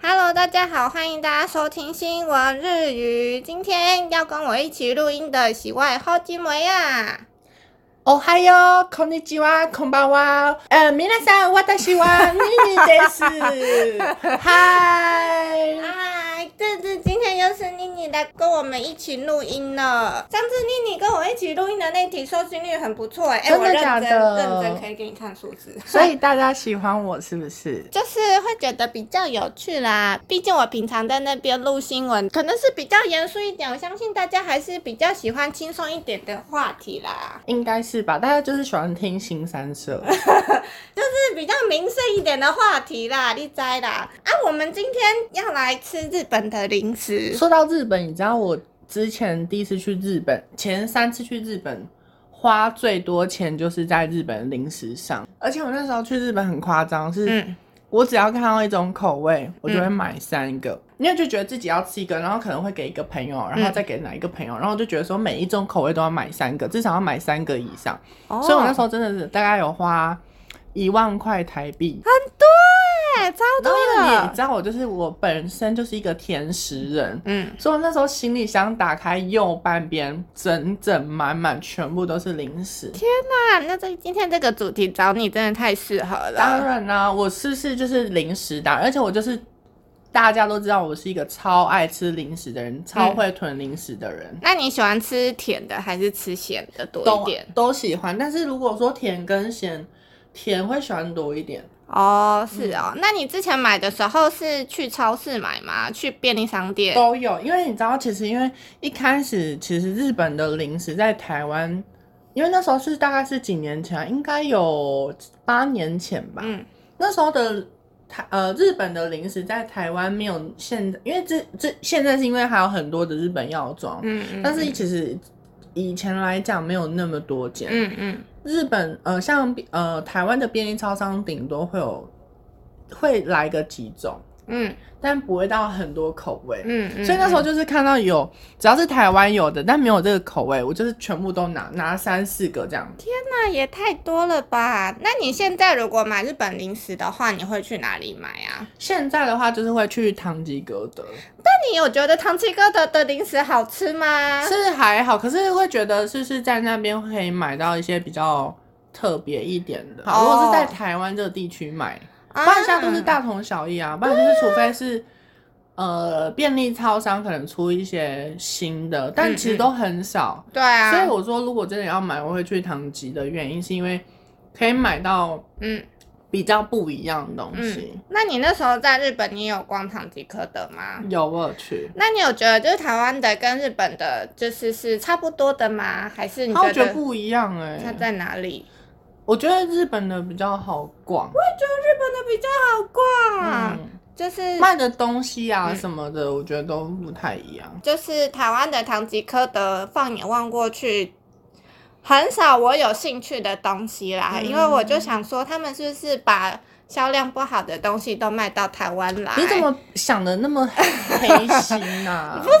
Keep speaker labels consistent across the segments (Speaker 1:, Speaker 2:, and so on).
Speaker 1: Hello，大家好，欢迎大家收听新闻日语。今天要跟我一起录音的喜外好基梅啊呀。
Speaker 2: おはよう、こんにちは、こんばんは。呃，皆さん、私はニニです。 嗨，
Speaker 1: 嗨，这次今天又是妮妮来跟我们一起录音了。上次妮妮跟我一起录音的那题收听率很不错哎、欸，
Speaker 2: 真的
Speaker 1: 我认
Speaker 2: 假
Speaker 1: 真
Speaker 2: 的
Speaker 1: 认真可以给你看数字。
Speaker 2: 所以大家喜欢我是不是？
Speaker 1: 就是会觉得比较有趣啦，毕竟我平常在那边录新闻，可能是比较严肃一点，我相信大家还是比较喜欢轻松一点的话题啦。
Speaker 2: 应该是吧，大家就是喜欢听新三社。
Speaker 1: 就是比较民生一点的话题啦，你猜啦。啊，我们今天要来吃日本的零食，
Speaker 2: 说到日本，你知道我之前第一次去日本，前三次去日本花最多钱就是在日本零食上，而且我那时候去日本很夸张，是、
Speaker 1: 嗯，
Speaker 2: 我只要看到一种口味，我就会买三个，因为就觉得自己要吃一个，然后可能会给一个朋友，然后再给哪一个朋友，然后就觉得说每一种口味都要买三个，至少要买三个以上。所以我那时
Speaker 1: 候
Speaker 2: 候真的是大概有花一万块台币。
Speaker 1: 对，超
Speaker 2: 然
Speaker 1: 多
Speaker 2: 后因为你
Speaker 1: 的
Speaker 2: 知，道，我就是我本身就是一个甜食人，
Speaker 1: 嗯，
Speaker 2: 所以我那时候行李箱打开右半边，整整满满全部都是零食。
Speaker 1: 那那这今天这个主题找你真的太适合
Speaker 2: 当
Speaker 1: 了。
Speaker 2: 然啦、我是不是就是零食党？而且我就是大家都知道，我是一个超爱吃零食的
Speaker 1: 嗯
Speaker 2: 人，超会囤零食的人，
Speaker 1: 那你喜欢吃甜的还是吃咸的多一
Speaker 2: 都
Speaker 1: 点？
Speaker 2: 都喜欢。但是如果说甜跟咸，甜会喜欢多一点。
Speaker 1: 哦，是哦。那你之前买的时候是去超市买吗？去便利商店？
Speaker 2: 都有，因为你知道，其实因为一开始其实日本的零食在台湾，因为那时候是大概是几年前啊，应该有八年前吧。
Speaker 1: 嗯
Speaker 2: 那时候的台呃日本的零食在台湾没有现在，因为这这现在是因为还有很多的日本药妆，
Speaker 1: 嗯嗯，
Speaker 2: 但是其实以前来讲没有那么多间。
Speaker 1: 嗯嗯
Speaker 2: 日本呃像呃台湾的便利超商顶多会有会来个几种，
Speaker 1: 嗯
Speaker 2: 但不会到很多口味。
Speaker 1: 嗯嗯，
Speaker 2: 所以那时候
Speaker 1: 嗯
Speaker 2: 就是看到有，只要是台湾有的，但没有这个口味，我就是全部都拿拿三四个这样。
Speaker 1: 那也太多了吧？那你现在如果买日本零食的话，你会去哪里买啊？
Speaker 2: 现在的话就是会去唐吉诃德，
Speaker 1: 那你有觉得唐吉诃德的零食好吃吗？
Speaker 2: 是还好，可是会觉得是不是在那边可以买到一些比较特别一点的。
Speaker 1: 哦
Speaker 2: 如果是在台湾这个地区买，不
Speaker 1: 啊
Speaker 2: 然现在都是大同小异啊，不然就是除非是。呃，便利超商可能出一些新的，但其实都很少。
Speaker 1: 对啊，
Speaker 2: 所以我说，如果真的要买，我会去唐吉的原因是因为可以买到
Speaker 1: 嗯
Speaker 2: 比较不一样的东西
Speaker 1: 嗯。，那你那时候在日本，你有逛唐吉诃德吗？
Speaker 2: 有我有去，
Speaker 1: 那你有觉得就是台湾的跟日本的，就是是差不多的吗？还是你
Speaker 2: 啊我
Speaker 1: 觉
Speaker 2: 觉得
Speaker 1: 得
Speaker 2: 不一样哎、
Speaker 1: 它在哪里？
Speaker 2: 我觉得日本的比较好逛，
Speaker 1: 日本的比较好逛啊，
Speaker 2: 嗯，
Speaker 1: 就是
Speaker 2: 卖的东西啊
Speaker 1: 嗯
Speaker 2: 什么的，我觉得都不太一样。
Speaker 1: 就是台湾的唐吉诃德，放眼望过去，很少我有兴趣的东西啦，
Speaker 2: 嗯
Speaker 1: 因为我就想说，他们是不是把销量不好的东西都卖到台湾来？
Speaker 2: 你怎么想的那么黑心啊呐、不是，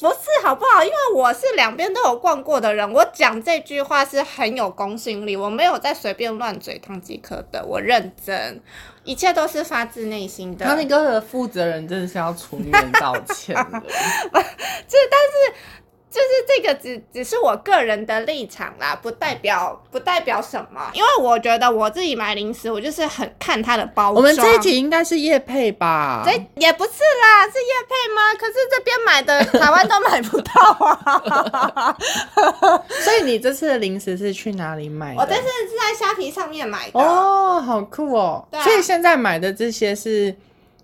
Speaker 1: 不是好不好？因为我是两边都有逛过的人，我讲这句话是很有公信力，我没有在随便乱嘴唐吉诃德，我认真，一切都是发自内心的。
Speaker 2: 唐吉诃德的负责人真的是要出面道 歉的。
Speaker 1: 就是这个只只是我个人的立场啦，不代表不代表什么，因为我觉得我自己买零食，我就是很看它的包装。
Speaker 2: 我们这一集应该是叶配吧？
Speaker 1: 这也不是啦，是叶配吗？可是这边买的台湾都买不到 啊。
Speaker 2: 所以你这次的零食是去哪里买的？
Speaker 1: 我这次哦是在虾皮上面买的，
Speaker 2: 哦，好酷哦！
Speaker 1: 对啊
Speaker 2: 所以现在买的这些是，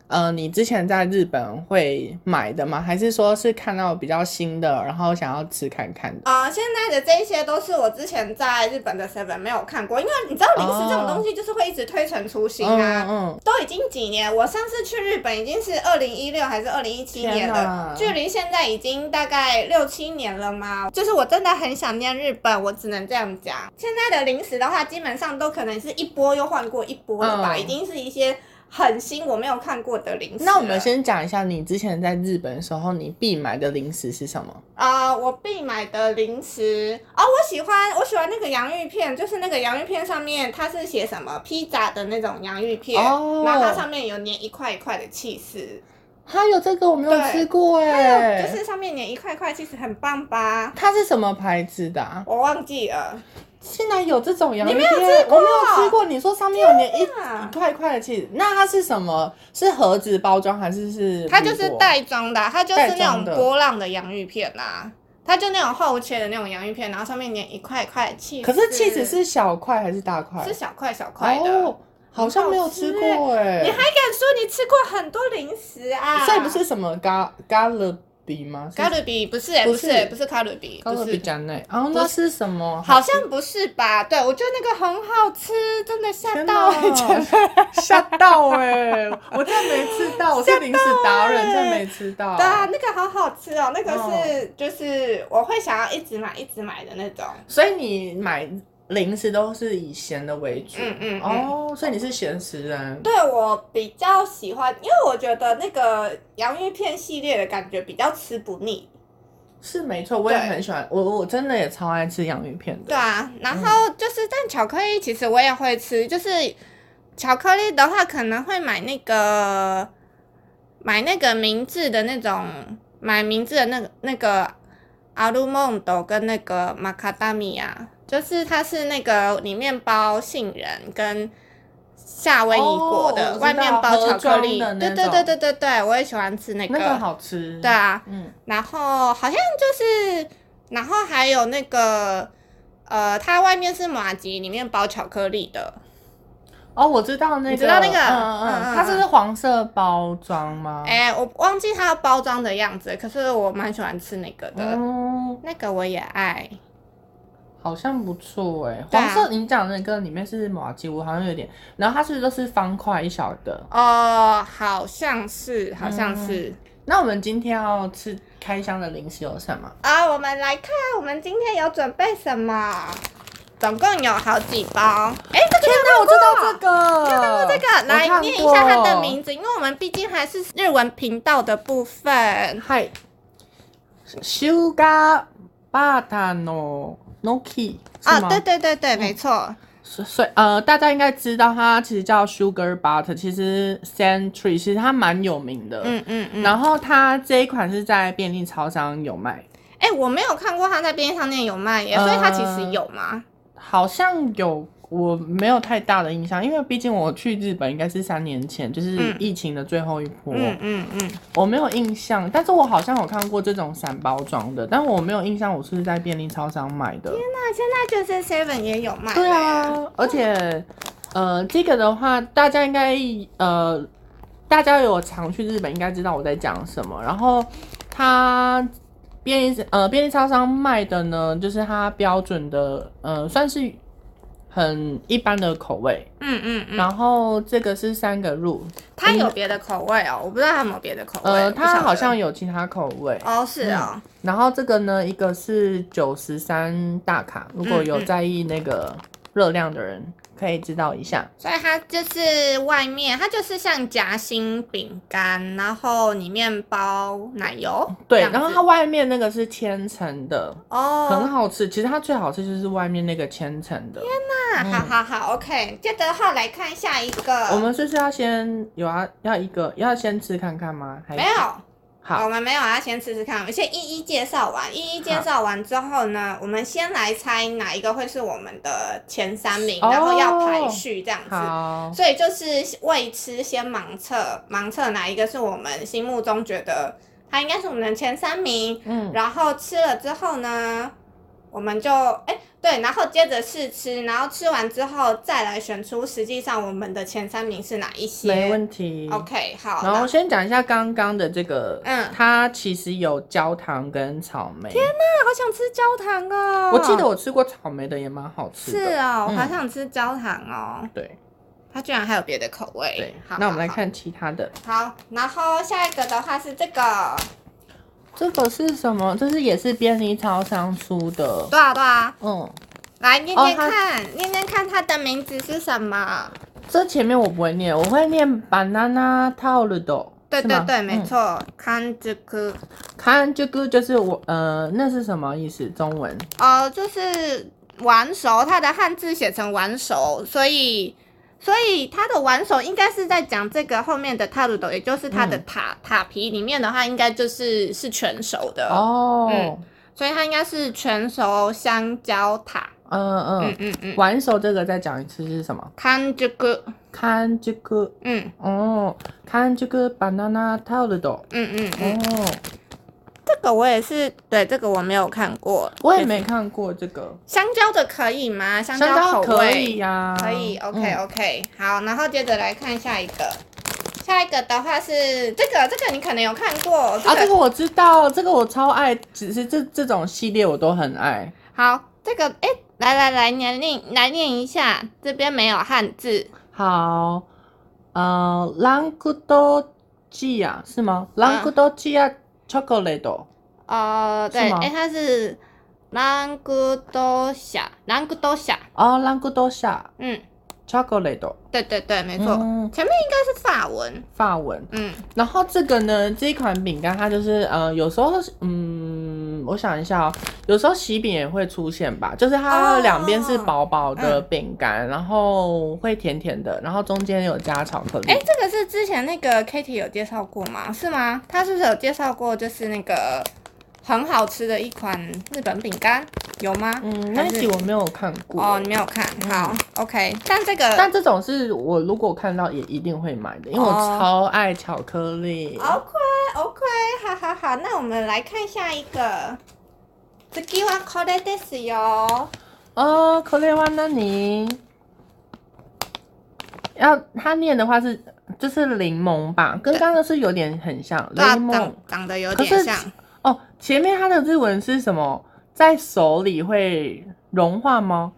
Speaker 2: 呃，你之前在日本会买的吗？还是说是看到比较新的，然后想要吃看看的？
Speaker 1: 呃，现在的这一些都是我之前在日本的 Seven 没有看过，因为你知道零食这种东西就是会一直推陈出新啊。
Speaker 2: 哦嗯，
Speaker 1: 都已经几年，我上次去日本已经是二零一六还是二零一七年
Speaker 2: 天
Speaker 1: 了
Speaker 2: 哪，
Speaker 1: 距离现在已经大概六七年了嘛。就是我真的很想念日本，我只能这样讲。现在的零食的话，基本上都可能是一波又换过一波了吧，
Speaker 2: 嗯
Speaker 1: 已经是一些很新我没有看过的零食了。
Speaker 2: 那我们先讲一下，你之前在日本的时候，你必买的零食是什么？
Speaker 1: 啊、我必买的零食哦，我喜欢我喜欢那个洋芋片，就是那个洋芋片上面它是写什么披萨的那种洋芋片，
Speaker 2: 哦
Speaker 1: 然后它上面有粘一块一块的气势，
Speaker 2: 还有这个我没有
Speaker 1: 对
Speaker 2: 吃过哎、
Speaker 1: 就是上面粘一块一块气势，很棒吧？
Speaker 2: 它是什么牌子的、啊？
Speaker 1: 我忘记了，
Speaker 2: 竟然有这种洋芋片，
Speaker 1: 过
Speaker 2: 我没有吃过。你说上面有点一
Speaker 1: 啊
Speaker 2: 一块一块的气，那它是什么？是盒子包装还是是？
Speaker 1: 它就是。袋装的啊、它就是
Speaker 2: 袋
Speaker 1: 那
Speaker 2: 装
Speaker 1: 种
Speaker 2: 的
Speaker 1: 波浪的洋芋片啦、它就那种厚切的那种洋芋片，然后上面粘一块一块气。
Speaker 2: 可是气子是小块还是大块？
Speaker 1: 是小块小块的，
Speaker 2: 哦，好像没有吃过哎、
Speaker 1: 你还敢说你吃过很多零食啊？
Speaker 2: 所以不是什么咖咖喱比吗？
Speaker 1: 卡路比，不是、欸、
Speaker 2: 不
Speaker 1: 不
Speaker 2: 是
Speaker 1: 是、欸、不是卡路比，
Speaker 2: 咖
Speaker 1: 不
Speaker 2: 喱比
Speaker 1: 是。
Speaker 2: 加内，然后那是什么？
Speaker 1: 好像不是吧？对，我觉得那个很好吃，真的吓
Speaker 2: 天
Speaker 1: 到
Speaker 2: 哪
Speaker 1: 欸 真的
Speaker 2: 吓到哎、我真的没吃 到，我是零食达人，真的没吃到。
Speaker 1: 欸对啊，那个好好吃哦，那个是、就是我会想要一直买一直买的那种。
Speaker 2: 所以你买零食都是以咸的为主。
Speaker 1: 嗯嗯嗯。
Speaker 2: 哦，所以你是咸食人。
Speaker 1: 对我比较喜欢，因为我觉得那个洋芋片系列的感觉比较吃不腻。
Speaker 2: 是没错，我也
Speaker 1: 对
Speaker 2: 很喜欢，我我真的也超爱吃洋芋片的。嗯
Speaker 1: 对啊，然后就是、但巧克力其实我也会吃，就是巧克力的话可能会买那个买那个明治的那种买明治的那个那个阿鲁梦豆跟那个马卡达米亚，就是它是那个里面包杏仁跟。夏威夷果
Speaker 2: 哦我
Speaker 1: 的、
Speaker 2: 知道
Speaker 1: 外面包巧克力，
Speaker 2: 盒装的
Speaker 1: 对
Speaker 2: 那
Speaker 1: 对
Speaker 2: 种
Speaker 1: 对对对对，我也喜欢吃那个。
Speaker 2: 那个好吃。
Speaker 1: 对，啊，
Speaker 2: 嗯，
Speaker 1: 然后好像就是，然后还有那个，呃，它外面是马吉，里面包巧克力的，
Speaker 2: 哦，我知道那个，
Speaker 1: 你知道那个
Speaker 2: 嗯嗯
Speaker 1: 嗯嗯
Speaker 2: 嗯，它是不是黄色包装吗？
Speaker 1: 哎、我忘记它包装的样子，可是我蛮喜欢吃那个的，
Speaker 2: 哦，
Speaker 1: 那个我也爱。
Speaker 2: 好像不错哎，
Speaker 1: 对啊
Speaker 2: 黄色你讲的那个里面是马吉，我好像有点，然后它是不是都是方块一小的？
Speaker 1: 哦，好像是，好像是、
Speaker 2: 那我们今天要吃开箱的零食有什么？
Speaker 1: 啊。我们来看，我们今天有准备什么？总共有好几包。哎、这个
Speaker 2: 那我知道这个，
Speaker 1: 看过这个，
Speaker 2: 我
Speaker 1: 来
Speaker 2: 看
Speaker 1: 念一下它的
Speaker 2: 过
Speaker 1: 名字，因为我们毕竟还是日文频道的部分。
Speaker 2: はい。シュガーバーターのノキ
Speaker 1: 啊
Speaker 2: 是，吗
Speaker 1: 对对对对，没错。
Speaker 2: 所所以呃，大家应该知道它其实叫 Sugar Butter，其实 Century 其实它蛮有名的。
Speaker 1: 嗯嗯嗯。
Speaker 2: 然后它这一款是在便利超商有卖，
Speaker 1: 哎、我没有看过他在便利商店有卖耶，所以他其实有吗？
Speaker 2: 好像有我没有太大的印象，因为毕竟我去日本应该是三年前，就是
Speaker 1: 嗯
Speaker 2: 疫情的最后一波，
Speaker 1: 嗯嗯嗯。
Speaker 2: 我没有印象。但是我好像有看过这种散包装的，但我没有印象我是在便利超商买的。
Speaker 1: 那现在就是 Seven 也有卖。
Speaker 2: 对。啊，而且呃，这个的话，大家应该呃，大家有常去日本，应该知道我在讲什么。然后它便利呃便利超商卖的呢，就是它标准的呃，算是很一般的口味。
Speaker 1: 嗯嗯嗯。
Speaker 2: 然后这个是三个入，
Speaker 1: 它有别的口味哦，我不知道它有没有别的口味。
Speaker 2: 呃，
Speaker 1: 我不晓
Speaker 2: 它
Speaker 1: 得
Speaker 2: 好像有其他口味。
Speaker 1: 哦，是哦。
Speaker 2: 然后这个呢，一个是九十三大卡，如果
Speaker 1: 嗯
Speaker 2: 有
Speaker 1: 嗯
Speaker 2: 在意那个热量的人，可以知道一下。
Speaker 1: 所以它就是外面，它就是像夹心饼干，然后里面包奶油这
Speaker 2: 对，
Speaker 1: 样子。
Speaker 2: 然后它外面那个是千层的，很
Speaker 1: 哦，
Speaker 2: 好吃。其实它最好吃就是外面那个千层的。
Speaker 1: 那好啊好好，OK，接着后来看下一个。
Speaker 2: 我们是不是要先有啊？要一个要先吃看看吗？还是
Speaker 1: 没有。
Speaker 2: 好
Speaker 1: 我们没有要先吃吃看，我们先一一介绍完。一一介
Speaker 2: 好
Speaker 1: 绍完之后
Speaker 2: 哦
Speaker 1: 呢，我们先来猜哪一个会是我们的前三名，
Speaker 2: 哦
Speaker 1: 然后要排序这样子。
Speaker 2: 好，
Speaker 1: 所以就是未吃先盲测，盲测哪一个是我们心目中觉得它应该是我们的前三名。
Speaker 2: 嗯，
Speaker 1: 然后吃了之后呢，我们就哎对，然后接着试吃，然后吃完之后再来选出实际上我们的前三名是哪一些。
Speaker 2: 没问题。
Speaker 1: OK，好。
Speaker 2: 然
Speaker 1: 那
Speaker 2: 后先讲一下刚刚的这个，
Speaker 1: 嗯
Speaker 2: 它其实有焦糖跟草莓。天
Speaker 1: 好想吃焦糖哦！
Speaker 2: 我记得我吃过草莓的，也蛮好吃
Speaker 1: 是
Speaker 2: 的。
Speaker 1: 哦，我
Speaker 2: 嗯
Speaker 1: 好想吃焦糖哦，
Speaker 2: 对
Speaker 1: 它居然还有别的口味。
Speaker 2: 对
Speaker 1: 好，，
Speaker 2: 那我们来
Speaker 1: 好。
Speaker 2: 看其他的，
Speaker 1: 好，好然后下一个的话是这个，
Speaker 2: 这个是什么？这是也是便利超商出的，
Speaker 1: 对啊对啊，
Speaker 2: 嗯，
Speaker 1: 来念
Speaker 2: 哦
Speaker 1: 念
Speaker 2: 它
Speaker 1: 看，念念看它的名字是什么？
Speaker 2: 这前面我不会念，我会念 banana t o l d o
Speaker 1: 对对
Speaker 2: 嗯
Speaker 1: 对，没错，看这个
Speaker 2: 看这个就是我呃，那是什么意思？中文
Speaker 1: 呃，就是玩熟，它的汉字写成玩熟，所以所以它的玩熟应该是在讲这个后面的塔鲁斗，也就是它
Speaker 2: 嗯
Speaker 1: 的塔、塔皮里面的话，应该就是是全熟的，
Speaker 2: 哦，
Speaker 1: 嗯所以它应该是全熟香蕉塔。
Speaker 2: 嗯
Speaker 1: 嗯
Speaker 2: 嗯，
Speaker 1: 嗯嗯，
Speaker 2: 玩手这个再讲一次是什么？
Speaker 1: 看这个，
Speaker 2: 看这个
Speaker 1: 嗯
Speaker 2: 哦，看这个 banana t o l d o
Speaker 1: 嗯嗯嗯，
Speaker 2: 哦，
Speaker 1: 这个我也是，对这个我没有看过，
Speaker 2: 我也没看过这个，
Speaker 1: 香蕉的可以吗？香
Speaker 2: 香
Speaker 1: 蕉
Speaker 2: 蕉
Speaker 1: 口
Speaker 2: 可
Speaker 1: 味
Speaker 2: 以呀，
Speaker 1: 可以
Speaker 2: 嗯
Speaker 1: ，OK OK，、好，然后接着来看下一个，下一个的话是这个，这个你可能有看过，这
Speaker 2: 啊，
Speaker 1: 个、
Speaker 2: 这个我知道，这个我超爱，只是这这种系列我都很爱。
Speaker 1: 好，这个哎、来来来，你来念来念一下，这边没有汉字，
Speaker 2: 好，呃，朗古多吉亚是吗？
Speaker 1: 嗯
Speaker 2: 朗古多吉亚 chocolate，
Speaker 1: 呃，对，
Speaker 2: 是吗
Speaker 1: 哎、它是南古多夏，南古多夏，
Speaker 2: 哦，朗古多夏
Speaker 1: 嗯，
Speaker 2: chocolate，
Speaker 1: 对对对，没
Speaker 2: 没
Speaker 1: 错，前面应该是法文，
Speaker 2: 法文。
Speaker 1: 嗯
Speaker 2: 然后这个呢，这一款饼干它就是呃，有时候是嗯，我想一下哦，有时候喜饼也会出现吧，就是它
Speaker 1: 哦
Speaker 2: 的两边是薄薄的饼干，然后会甜甜的，然后中间有加巧克力。
Speaker 1: 哎、这个是之前那个 Kitty 有介绍过吗？是吗？她是不是有介绍过，就是那个很好吃的一款日本饼干，有吗？
Speaker 2: 嗯，那
Speaker 1: 还
Speaker 2: 一
Speaker 1: 是
Speaker 2: 集我没有看过。
Speaker 1: 哦，你没有看好、o k 但这个
Speaker 2: 但这种是我如果看到也一定会买的，因为我
Speaker 1: 哦
Speaker 2: 超爱巧克力。
Speaker 1: OK OK，好好好，那我们来看下一个。次はこれですよ。
Speaker 2: 哦，克雷万那尼，要他念的话是就是柠檬吧，跟
Speaker 1: 对
Speaker 2: 刚刚是有点很像柠
Speaker 1: 对啊，
Speaker 2: 檬
Speaker 1: 长长得有
Speaker 2: 可
Speaker 1: 点
Speaker 2: 是
Speaker 1: 像。
Speaker 2: 哦。前面它的日文是什么？在手里会融化吗？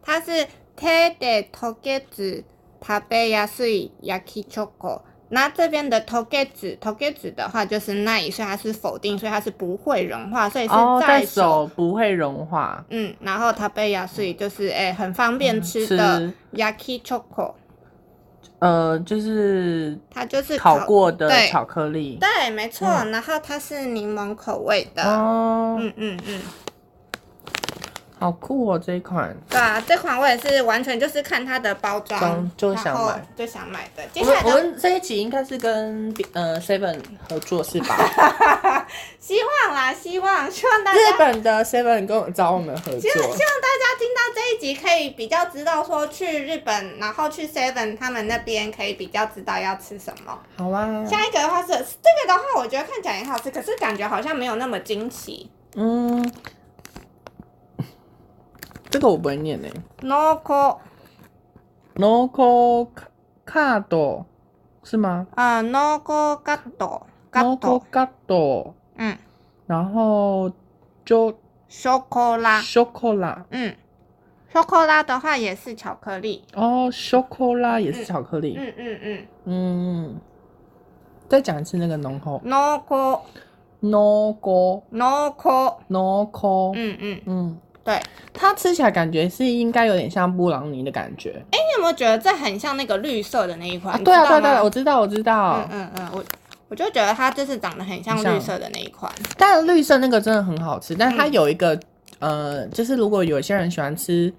Speaker 1: 它是手で溶けず食べやすい焼きチョコ。那这边的溶けず溶けず的话就是那一，所以它是否定，所以它是不会融化，所以是
Speaker 2: 哦，在
Speaker 1: 手。
Speaker 2: 手不会融化。
Speaker 1: 嗯，然后食べやすい就是诶、很方便吃的
Speaker 2: 嗯吃
Speaker 1: yaki choco，
Speaker 2: 呃，就是
Speaker 1: 它就是
Speaker 2: 烤过的
Speaker 1: 对
Speaker 2: 巧克力。
Speaker 1: 对，没错。然后它是柠檬口味的。
Speaker 2: 哦，
Speaker 1: 嗯嗯嗯，
Speaker 2: 好酷哦，这一款。
Speaker 1: 对啊，这款我也是完全就是看它的包装
Speaker 2: 装，就想
Speaker 1: 然后
Speaker 2: 买
Speaker 1: 就想买的。接
Speaker 2: 我
Speaker 1: 下
Speaker 2: 们
Speaker 1: 来
Speaker 2: 我
Speaker 1: 的
Speaker 2: 们这一集应该是跟呃 Seven 合作是 吧？
Speaker 1: 希望啦，希望希望大家
Speaker 2: 日本的 Seven 跟我找我们合
Speaker 1: 希望
Speaker 2: 作
Speaker 1: 希，望大家听到这一集可以比较知道说去日本，然后去 Seven 他们那边可以比较知道要吃什么。
Speaker 2: 好啊。
Speaker 1: 下一个的话是这个的话，我觉得看起来很好吃，可是感觉好像没有那么惊喜。
Speaker 2: 嗯，这个我不会念诶、欸。
Speaker 1: 濃厚
Speaker 2: No co card 是吗
Speaker 1: 啊，濃厚ガトガ
Speaker 2: ？No co
Speaker 1: ト，
Speaker 2: card，
Speaker 1: 嗯，
Speaker 2: 然后就
Speaker 1: ショコラ。
Speaker 2: chocolate
Speaker 1: 嗯，巧克力的话也是巧克力。
Speaker 2: 哦，chocolate 也是巧克力。
Speaker 1: 嗯嗯嗯，
Speaker 2: 嗯，再讲一次那个浓厚。
Speaker 1: 濃厚
Speaker 2: No co
Speaker 1: 浓厚。
Speaker 2: no co
Speaker 1: 嗯嗯，
Speaker 2: 嗯，
Speaker 1: 对。
Speaker 2: 它吃起来感觉是应该有点像布朗尼的感觉。
Speaker 1: 哎、你有没有觉得这很像那个绿色的那一款？
Speaker 2: 啊，对啊，
Speaker 1: 你知道
Speaker 2: 对啊对啊，
Speaker 1: 吗
Speaker 2: 我知道，我知道
Speaker 1: 嗯。嗯嗯，我我就觉得它就是长得很像
Speaker 2: 哦像
Speaker 1: 绿色的那一款。
Speaker 2: 但绿色那个真的很好吃，但它
Speaker 1: 嗯
Speaker 2: 有一个、呃，就是如果有些人喜欢吃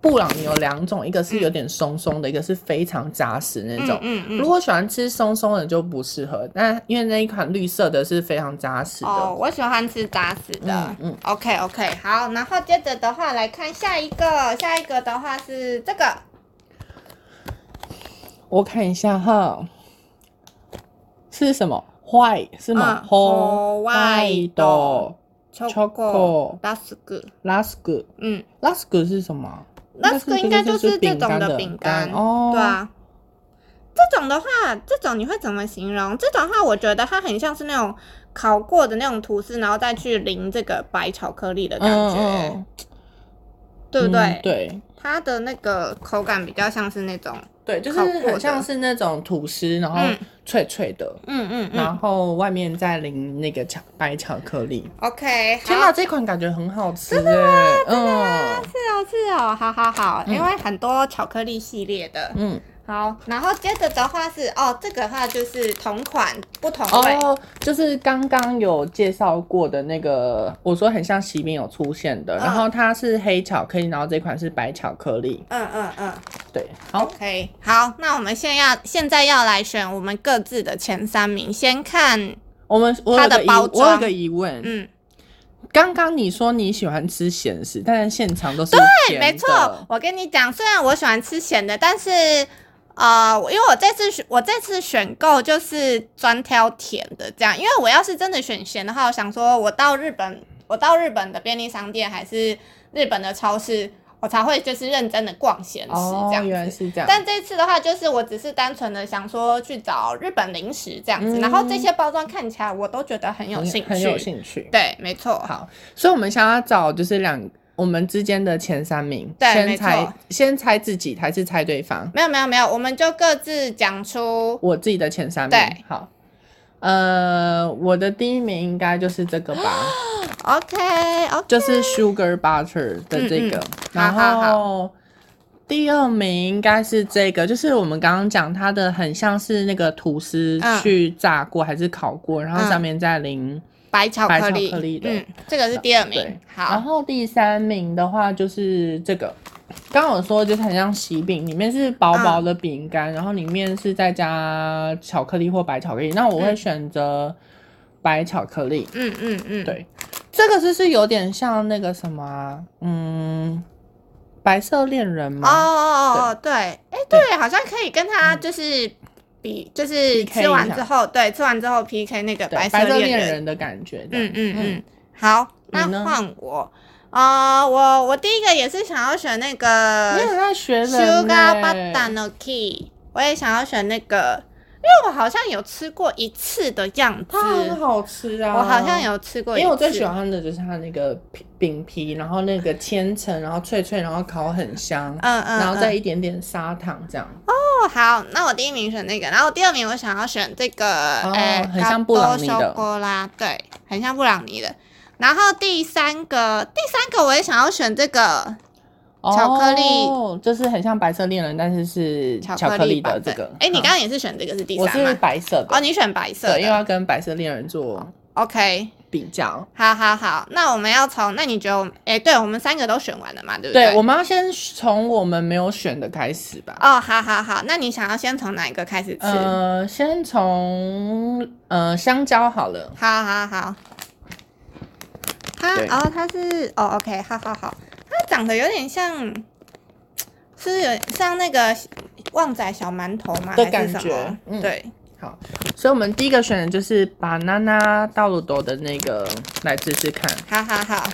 Speaker 2: 布朗尼，有两种，一个是有点松松的，一个是非常扎实那种。
Speaker 1: 嗯嗯嗯。
Speaker 2: 如果喜欢吃松松的就不适合，但因为那一款绿色的是非常扎实的。
Speaker 1: 哦，我喜欢吃扎实的
Speaker 2: 嗯。嗯，
Speaker 1: OK OK，好，然后接着的话来看下一个，下一个的话是这个
Speaker 2: 我看一下哈，是什么？坏是吗？
Speaker 1: 嗯哦
Speaker 2: 红
Speaker 1: 坏的
Speaker 2: 的
Speaker 1: choco dusk，
Speaker 2: Lask
Speaker 1: 嗯
Speaker 2: Lask 是什么？啊
Speaker 1: ，dusk 应该就是这种
Speaker 2: 的
Speaker 1: 饼干
Speaker 2: 哦。
Speaker 1: 对啊。这种的话，这种你会怎么形容？这种的话，我觉得它很像是那种烤过的那种吐司，然后再去淋这个白巧克力的感觉，
Speaker 2: 嗯，
Speaker 1: 对不对？
Speaker 2: 嗯对
Speaker 1: 它的那个口感比较像是那种，
Speaker 2: 对，就是
Speaker 1: 烤过的
Speaker 2: 很像是那种吐司，然后
Speaker 1: 嗯
Speaker 2: 脆脆的，
Speaker 1: 嗯嗯嗯
Speaker 2: 然后外面再淋那个巧白巧克力。
Speaker 1: 嗯，OK，好
Speaker 2: 天哪，这款感觉很好吃哎！嗯
Speaker 1: 是哦是哦，好好好，
Speaker 2: 嗯
Speaker 1: 因为很多巧克力系列的，
Speaker 2: 嗯，
Speaker 1: 好，然后接着的话是哦，这个的话就是同款不同味，
Speaker 2: 哦，就是刚刚有介绍过的那个，我说很像喜饼有出现的，
Speaker 1: 嗯
Speaker 2: 然后它是黑巧克力，然后这款是白巧克力，
Speaker 1: 嗯嗯嗯
Speaker 2: 对，好，
Speaker 1: ，OK，好，那我们现在要现在要来选我们各自的前三名，先看，
Speaker 2: 我们我
Speaker 1: 它
Speaker 2: 有
Speaker 1: 的
Speaker 2: 个疑，
Speaker 1: 包
Speaker 2: 我
Speaker 1: 装
Speaker 2: 有个疑问，
Speaker 1: 嗯，
Speaker 2: 刚刚你说你喜欢吃咸食，但是现场都是
Speaker 1: 对，
Speaker 2: 甜
Speaker 1: 没
Speaker 2: 的
Speaker 1: 错，，我跟你讲，虽然我喜欢吃咸的，但是。呃，因为我这次选我这次选购就是专挑甜的这样，因为我要是真的选咸的话，我想说我到日本，我到日本的便利商店还是日本的超市，我才会就是认真的逛咸食
Speaker 2: 哦
Speaker 1: 这，样
Speaker 2: 原来
Speaker 1: 子。
Speaker 2: 是这样，
Speaker 1: 但这次的话，就是我只是单纯的想说去找日本零食这样子，
Speaker 2: 嗯
Speaker 1: 然后这些包装看起来我都觉得很有
Speaker 2: 很
Speaker 1: 兴趣，
Speaker 2: 很有兴趣，
Speaker 1: 对，没错，
Speaker 2: 好，所以我们想要找就是两我们之间的前三名，
Speaker 1: 对没
Speaker 2: 先
Speaker 1: 错
Speaker 2: 猜先猜自己还是猜对方？
Speaker 1: 没有没有没有，我们就各自讲出，
Speaker 2: 我自己的前三名，
Speaker 1: 对，
Speaker 2: 好，呃，我的第一名应该就是这个吧，
Speaker 1: OK OK，
Speaker 2: 就是 Sugar Butter 的这个，
Speaker 1: 嗯
Speaker 2: 然后。
Speaker 1: 好好
Speaker 2: 第二名应该是这个，就是我们刚刚讲它的，很像是那个吐司
Speaker 1: 嗯
Speaker 2: 去炸过还是烤过，然后
Speaker 1: 嗯
Speaker 2: 上面再淋
Speaker 1: 白巧
Speaker 2: 白
Speaker 1: 克
Speaker 2: 巧
Speaker 1: 力，
Speaker 2: 克力的
Speaker 1: 嗯，这个是第二
Speaker 2: 对
Speaker 1: 名，，
Speaker 2: 然
Speaker 1: 好，
Speaker 2: 后第三名的话就是这个，刚刚我说就是很像喜饼，里面是薄薄的饼干，
Speaker 1: 嗯
Speaker 2: 然后里面是再加巧克力或白巧克力。那我会
Speaker 1: 嗯
Speaker 2: 选择白巧克力。
Speaker 1: 嗯嗯嗯，
Speaker 2: 对这个就是有点像那个什么啊、嗯，白色恋人
Speaker 1: 哦
Speaker 2: 吗？
Speaker 1: 哦哦哦，对，哎对，好像可以跟他就是比，就是吃
Speaker 2: PK
Speaker 1: 完
Speaker 2: 嗯一下
Speaker 1: 之后，对，吃完之后 PK 那个
Speaker 2: 对，
Speaker 1: 色
Speaker 2: 白色
Speaker 1: 恋
Speaker 2: 恋
Speaker 1: 人，
Speaker 2: 人的感觉这样。
Speaker 1: 嗯嗯嗯
Speaker 2: 嗯，
Speaker 1: 好，那
Speaker 2: 你呢
Speaker 1: 换我，啊，我我第一个也是想要选那个
Speaker 2: 你很爱学人、欸。
Speaker 1: 呃 Sugar Banana Key，我也想要选那个，因为我好像有吃过一次的样子，
Speaker 2: 它很哦好吃啊！
Speaker 1: 我好像有吃过一次，
Speaker 2: 因为我最喜欢的就是它那个皮饼皮，然后那个千层，然后脆脆，然后烤很香，
Speaker 1: 嗯，嗯嗯，
Speaker 2: 然后再一点点砂糖这样，
Speaker 1: 哦，好，那我第一名选那个，然后第二名我想要选这个，
Speaker 2: 哦
Speaker 1: 呃，
Speaker 2: 很像布朗尼的
Speaker 1: 波拉，对，很像布朗尼的。然后第三个，第三个我也想要选这个，巧克力
Speaker 2: 哦就是很像白色恋人，但是是巧克
Speaker 1: 克
Speaker 2: 力的
Speaker 1: 版
Speaker 2: 这
Speaker 1: 本
Speaker 2: 个。
Speaker 1: 哎，你
Speaker 2: 嗯
Speaker 1: 刚刚也是选这个是第
Speaker 2: 我
Speaker 1: 三
Speaker 2: 是
Speaker 1: 吗？
Speaker 2: 白色的，
Speaker 1: 哦，你选白色
Speaker 2: 对，因为
Speaker 1: 的。
Speaker 2: 要跟白色恋人做
Speaker 1: OK，
Speaker 2: 比较。
Speaker 1: 好好好，那我们要从，那你觉得我们，哎，对我们三个都选完了嘛，对不
Speaker 2: 对，
Speaker 1: 对
Speaker 2: 我们要先从我们没有选的开始吧。
Speaker 1: 哦，好好好，那你想要先从哪一个开始吃？
Speaker 2: 呃，先从呃香蕉好了，
Speaker 1: 好好好，它
Speaker 2: 对
Speaker 1: 哦，它是哦，OK，好好好，它长得有点像，是不是有像那个旺仔小馒头吗？还
Speaker 2: 的
Speaker 1: 是
Speaker 2: 感
Speaker 1: 什么
Speaker 2: 觉嗯
Speaker 1: 对，
Speaker 2: 所以我们第一个选的就是把娜娜大鲁朵的那个来试试看。
Speaker 1: 好好好。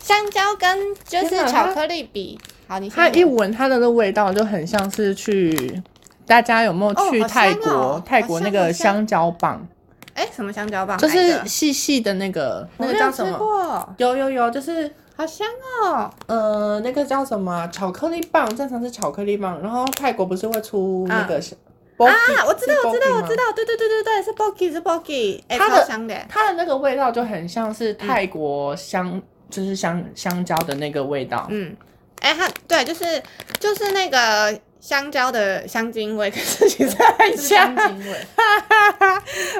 Speaker 1: 香蕉跟就
Speaker 2: 天
Speaker 1: 是
Speaker 2: 哪
Speaker 1: 巧
Speaker 2: 它
Speaker 1: 克力比，好，你
Speaker 2: 它
Speaker 1: 先
Speaker 2: 一闻它的那味道，就很像是去大家有没有去
Speaker 1: 哦好香哦
Speaker 2: 泰国？
Speaker 1: 好
Speaker 2: 泰国那
Speaker 1: 香
Speaker 2: 个
Speaker 1: 好香
Speaker 2: 香蕉棒，
Speaker 1: 哎、什么香蕉棒来
Speaker 2: 就
Speaker 1: 着？
Speaker 2: 是细细的那个，
Speaker 1: 我
Speaker 2: 那
Speaker 1: 没
Speaker 2: 个
Speaker 1: 有
Speaker 2: 叫
Speaker 1: 吃
Speaker 2: 什么？
Speaker 1: 过，
Speaker 2: 有有有，就是
Speaker 1: 好香哦。
Speaker 2: 呃，那个叫什么啊、巧克力棒，正常是巧克力棒，然后泰国不是会出那个小、啊
Speaker 1: 啊，我知道，我知道，我知
Speaker 2: 道。
Speaker 1: 道，对对对对对，是 Bogi 是 Bogi，哎、
Speaker 2: 它
Speaker 1: 超
Speaker 2: 的
Speaker 1: 香的。
Speaker 2: 它的那个味道就很像是泰国香，就是香香蕉的那个味道。
Speaker 1: 嗯，哎、它对，就是就是那个香蕉的香精味，可 是其实很
Speaker 2: 是香
Speaker 1: 香，嗯
Speaker 2: 精味。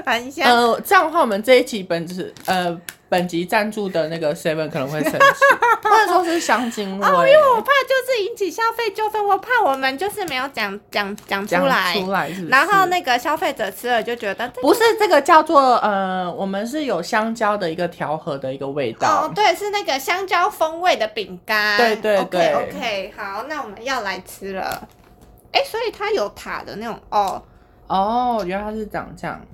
Speaker 1: 很香。
Speaker 2: 呃，这样的话，我们这一集本子呃本集赞助的那个 Seven 可能会 生气，或者说是香精味，
Speaker 1: 哦，因为我怕就是引起消费纠纷，我怕我们就是没有讲讲讲出
Speaker 2: 讲
Speaker 1: 来，
Speaker 2: 出来是不是
Speaker 1: 然后那个消费者吃了就觉得这
Speaker 2: 不是这个叫做呃，我们是有香蕉的一个调和的一个味
Speaker 1: 哦
Speaker 2: 道，，
Speaker 1: 对，是那个香蕉风味的饼干。
Speaker 2: 对对
Speaker 1: OK OK，好，那我们要来吃了。哎、所以它有塔的那种哦，
Speaker 2: 哦原来它是长这样，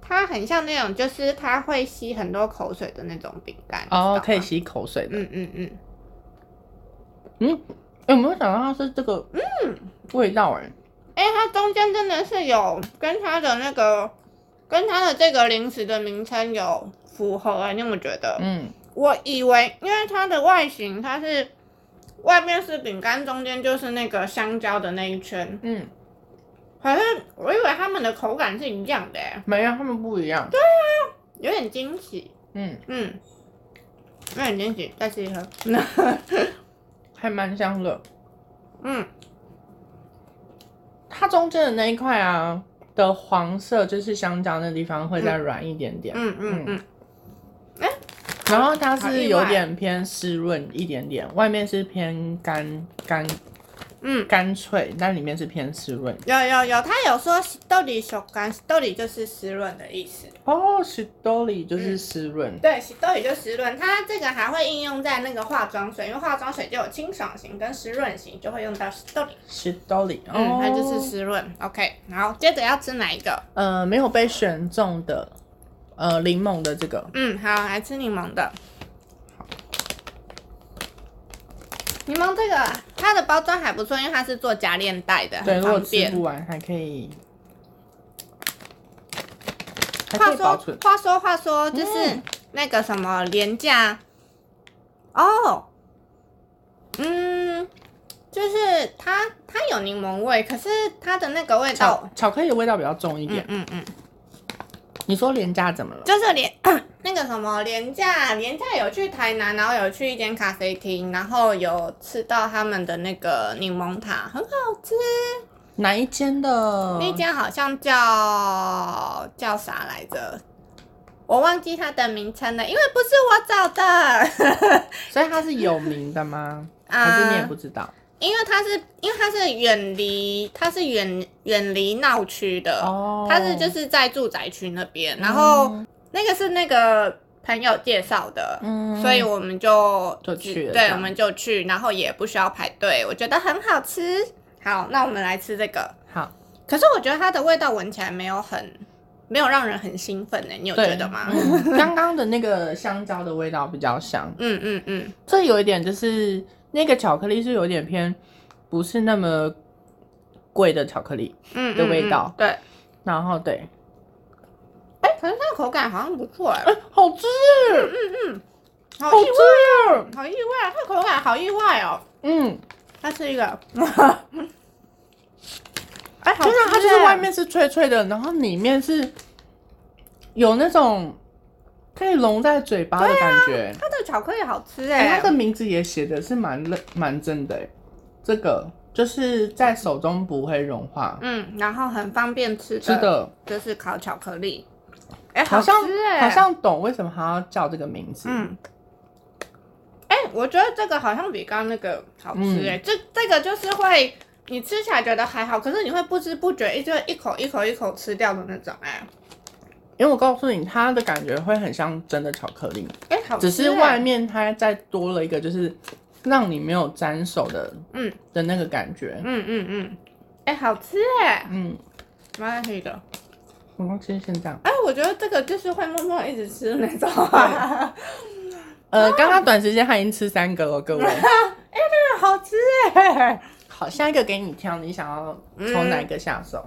Speaker 1: 它很像那种就是它会吸很多口水的那种饼干。你知道
Speaker 2: 哦
Speaker 1: 吗，
Speaker 2: 可以。吸口水的，
Speaker 1: 嗯嗯嗯。
Speaker 2: 嗯，有没有想到它是这个嗯味道哎、
Speaker 1: 哎、它中间真的是有跟它的那个，跟它的这个零食的名称有符合哎、你有没有觉得？
Speaker 2: 嗯，
Speaker 1: 我以为，因为它的外形它是外面是饼干，中间就是那个香蕉的那一圈，
Speaker 2: 嗯，
Speaker 1: 好像我以为它们的口感是一样的、哎，
Speaker 2: 没有，它们不一样，
Speaker 1: 有点惊喜，
Speaker 2: 嗯，
Speaker 1: 嗯，有点 嗯惊喜，再吃一颗，
Speaker 2: 还蛮香的，
Speaker 1: 嗯，
Speaker 2: 它中间的那一块啊的黄色，就是香蕉那地方会再软一点点，
Speaker 1: 嗯嗯嗯，
Speaker 2: 然后它
Speaker 1: 好
Speaker 2: 是
Speaker 1: 意
Speaker 2: 有
Speaker 1: 外
Speaker 2: 点偏湿润一点点，外面是偏干干
Speaker 1: 嗯
Speaker 2: 干脆，但里面是偏湿润。
Speaker 1: 有有有，他有说豆里手干，豆里就是湿润的意思。
Speaker 2: 哦，是兜里
Speaker 1: 嗯
Speaker 2: 就是湿润，
Speaker 1: 对，洗豆也就湿润，它这个还会应用在那个化妆水，因为化妆水就有清爽型跟湿润型，就会用到洗豆里。
Speaker 2: 是兜里。
Speaker 1: 嗯，
Speaker 2: 哦，
Speaker 1: 它就是湿润。OK，好，接着要吃哪一个？
Speaker 2: 呃没有被选中的，呃柠檬的这个，
Speaker 1: 嗯，好，来吃柠檬的。柠檬这个它的包装还不错，因为它是做夹链袋的，
Speaker 2: 对，
Speaker 1: 很
Speaker 2: 如果
Speaker 1: 方
Speaker 2: 吃
Speaker 1: 便。
Speaker 2: 不完还可以，还可
Speaker 1: 话
Speaker 2: 以保
Speaker 1: 说
Speaker 2: 存。
Speaker 1: 话说话说，就是
Speaker 2: 嗯
Speaker 1: 那个什么廉价哦，嗯，就是它它有柠檬味，可是它的那个味
Speaker 2: 巧
Speaker 1: 道，
Speaker 2: 巧克力的味道比较重一
Speaker 1: 嗯
Speaker 2: 点。
Speaker 1: 嗯嗯，
Speaker 2: 你说廉价怎么了？
Speaker 1: 就是廉 那个什么廉价廉价有去台南，然后有去一间咖啡厅，然后有吃到他们的那个柠檬塔，很好吃。
Speaker 2: 哪一间的？
Speaker 1: 那间好像叫叫啥来着？我忘记它的名称了，因为不是我找的。
Speaker 2: 所以它是有名 的吗？
Speaker 1: 啊
Speaker 2: 还是你也不知道？
Speaker 1: 因为它是因为它是远离它是远远离闹区的，
Speaker 2: 哦
Speaker 1: 呃
Speaker 2: 嗯
Speaker 1: 它是就是在住宅区那边，然后、那个是那个朋友介绍的。
Speaker 2: 嗯
Speaker 1: 所以我们就
Speaker 2: 就去了这
Speaker 1: 对，
Speaker 2: 样
Speaker 1: 我们就去，然后也不需要排队，我觉得很好吃。好，那我们来吃这个。
Speaker 2: 好，
Speaker 1: 可是我觉得它的味道闻起来没有很，没有让人很兴奋欸呢、你有觉
Speaker 2: 对
Speaker 1: 得吗？
Speaker 2: 嗯刚刚的那个香蕉的味道比较香，
Speaker 1: 嗯嗯嗯，
Speaker 2: 这有一点就是那个巧克力是有点偏不是那么贵的巧克力，
Speaker 1: 嗯
Speaker 2: 的味
Speaker 1: 嗯
Speaker 2: 道
Speaker 1: 嗯对，
Speaker 2: 然后对，
Speaker 1: 哎、可是它的口感好像不错哎、
Speaker 2: 好吃，
Speaker 1: 嗯好啊
Speaker 2: 好
Speaker 1: 意外，
Speaker 2: 吃，啊
Speaker 1: 好意外，它的口感好意外哦。
Speaker 2: 嗯，
Speaker 1: 它是一个，哎、好
Speaker 2: 真的，它
Speaker 1: 吃
Speaker 2: 就是
Speaker 1: 哎
Speaker 2: 外面是脆脆的，然后里面是有那种可以融在嘴巴的感觉。
Speaker 1: 它的巧克力好吃哎、
Speaker 2: 哎、它的名字也写的是蛮认蛮真的、哎，这个就是在手中不会融化，
Speaker 1: 嗯，然后很方便吃的，
Speaker 2: 是的，
Speaker 1: 就是烤巧克力，哎、
Speaker 2: 好像
Speaker 1: 吃哎、
Speaker 2: 好像懂为什么它要叫这个名字。
Speaker 1: 嗯，哎、我觉得这个好像比刚刚那个好吃哎、这这个就是会你吃起来觉得还好，可是你会不知不觉一就一口一口一口吃掉的那种哎、
Speaker 2: 因为我告诉你，它的感觉会很像真的巧克力，
Speaker 1: 哎、好吃、
Speaker 2: 只
Speaker 1: 哎
Speaker 2: 是外面它再多了一个，就是让你没有沾手的，
Speaker 1: 嗯
Speaker 2: 的那个感觉。
Speaker 1: 嗯嗯嗯，哎、好吃哎、
Speaker 2: 嗯，
Speaker 1: 蛮黑的。
Speaker 2: 我光吃现在。
Speaker 1: 哎，我觉得这个就是会默默一直吃的那种。啊
Speaker 2: 呃，刚刚短时间他已经吃三个了，各 位。
Speaker 1: 好吃哎！
Speaker 2: 好，下一个给你挑，你想要从哪一个下手？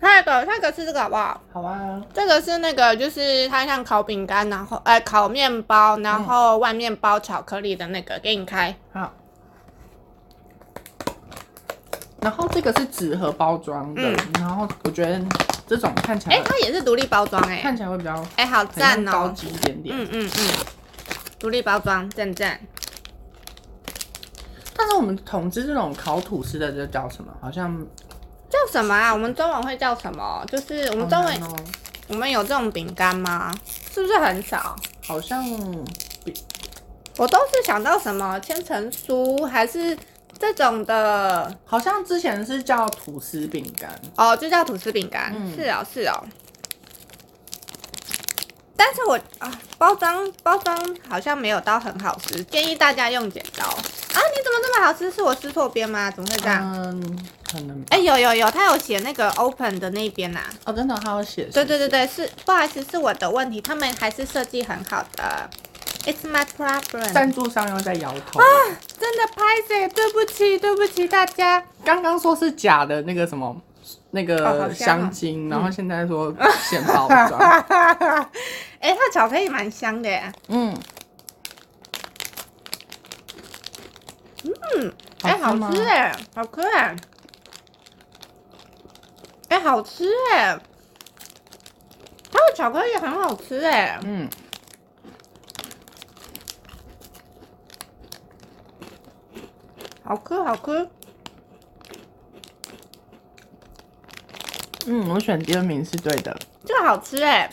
Speaker 1: 下一个，下一个是这个好不嗯好？
Speaker 2: 好啊，
Speaker 1: 这个是那个，就是它像烤饼干，然后呃烤面包，然
Speaker 2: 嗯
Speaker 1: 后外面包巧克力的那个，给你开。
Speaker 2: 好。然后这个是纸盒包装的，
Speaker 1: 嗯
Speaker 2: 然后我觉得这种看起来、
Speaker 1: 哎，它也是独立包装哎、
Speaker 2: 嗯看起来会比较
Speaker 1: 哎，好
Speaker 2: 很像
Speaker 1: 赞
Speaker 2: 高
Speaker 1: 哦！
Speaker 2: 级一点点。
Speaker 1: 嗯嗯嗯，独立包装，赞赞。
Speaker 2: 但是我们统治这种烤吐司的，这叫什么？好像
Speaker 1: 叫什么啊？我们中文会叫什么？就是我们中文，
Speaker 2: 好难哦
Speaker 1: 我们有这种饼干吗？是不是很少？
Speaker 2: 好像
Speaker 1: 我都是想到什么千层酥，还是这种的
Speaker 2: 好像之前是叫吐司饼干，
Speaker 1: 哦，就叫吐司饼干。
Speaker 2: 嗯
Speaker 1: 是哦，是哦。但是我啊，包装包装好像没有到很好吃，建议大家用剪刀啊！你怎么这么好吃？是我吃错边吗？怎么会这样？
Speaker 2: 嗯，可能
Speaker 1: 啊哎、有有有，它有写那个 open 的那一边呐、啊
Speaker 2: 哦，真的还有写
Speaker 1: 对对对对，是不好意思，是我的问题，他们还是设计很好的。It's my problem。
Speaker 2: 赞助商又在摇头。
Speaker 1: 真的拍谁？对不起，对不起大家。
Speaker 2: 刚刚说是假的那个什么那
Speaker 1: 哦好香哦
Speaker 2: 个香精，然后现在说现包装。
Speaker 1: 哎、它巧克力蛮香的耶。
Speaker 2: 嗯，
Speaker 1: 哎、
Speaker 2: 好吃吗
Speaker 1: 好吃哎，好吃哎，哎、好吃哎，它的巧克力很好吃哎，
Speaker 2: 嗯，
Speaker 1: 好吃好吃。
Speaker 2: 嗯，我选第二名是对的。
Speaker 1: 这个好吃哎、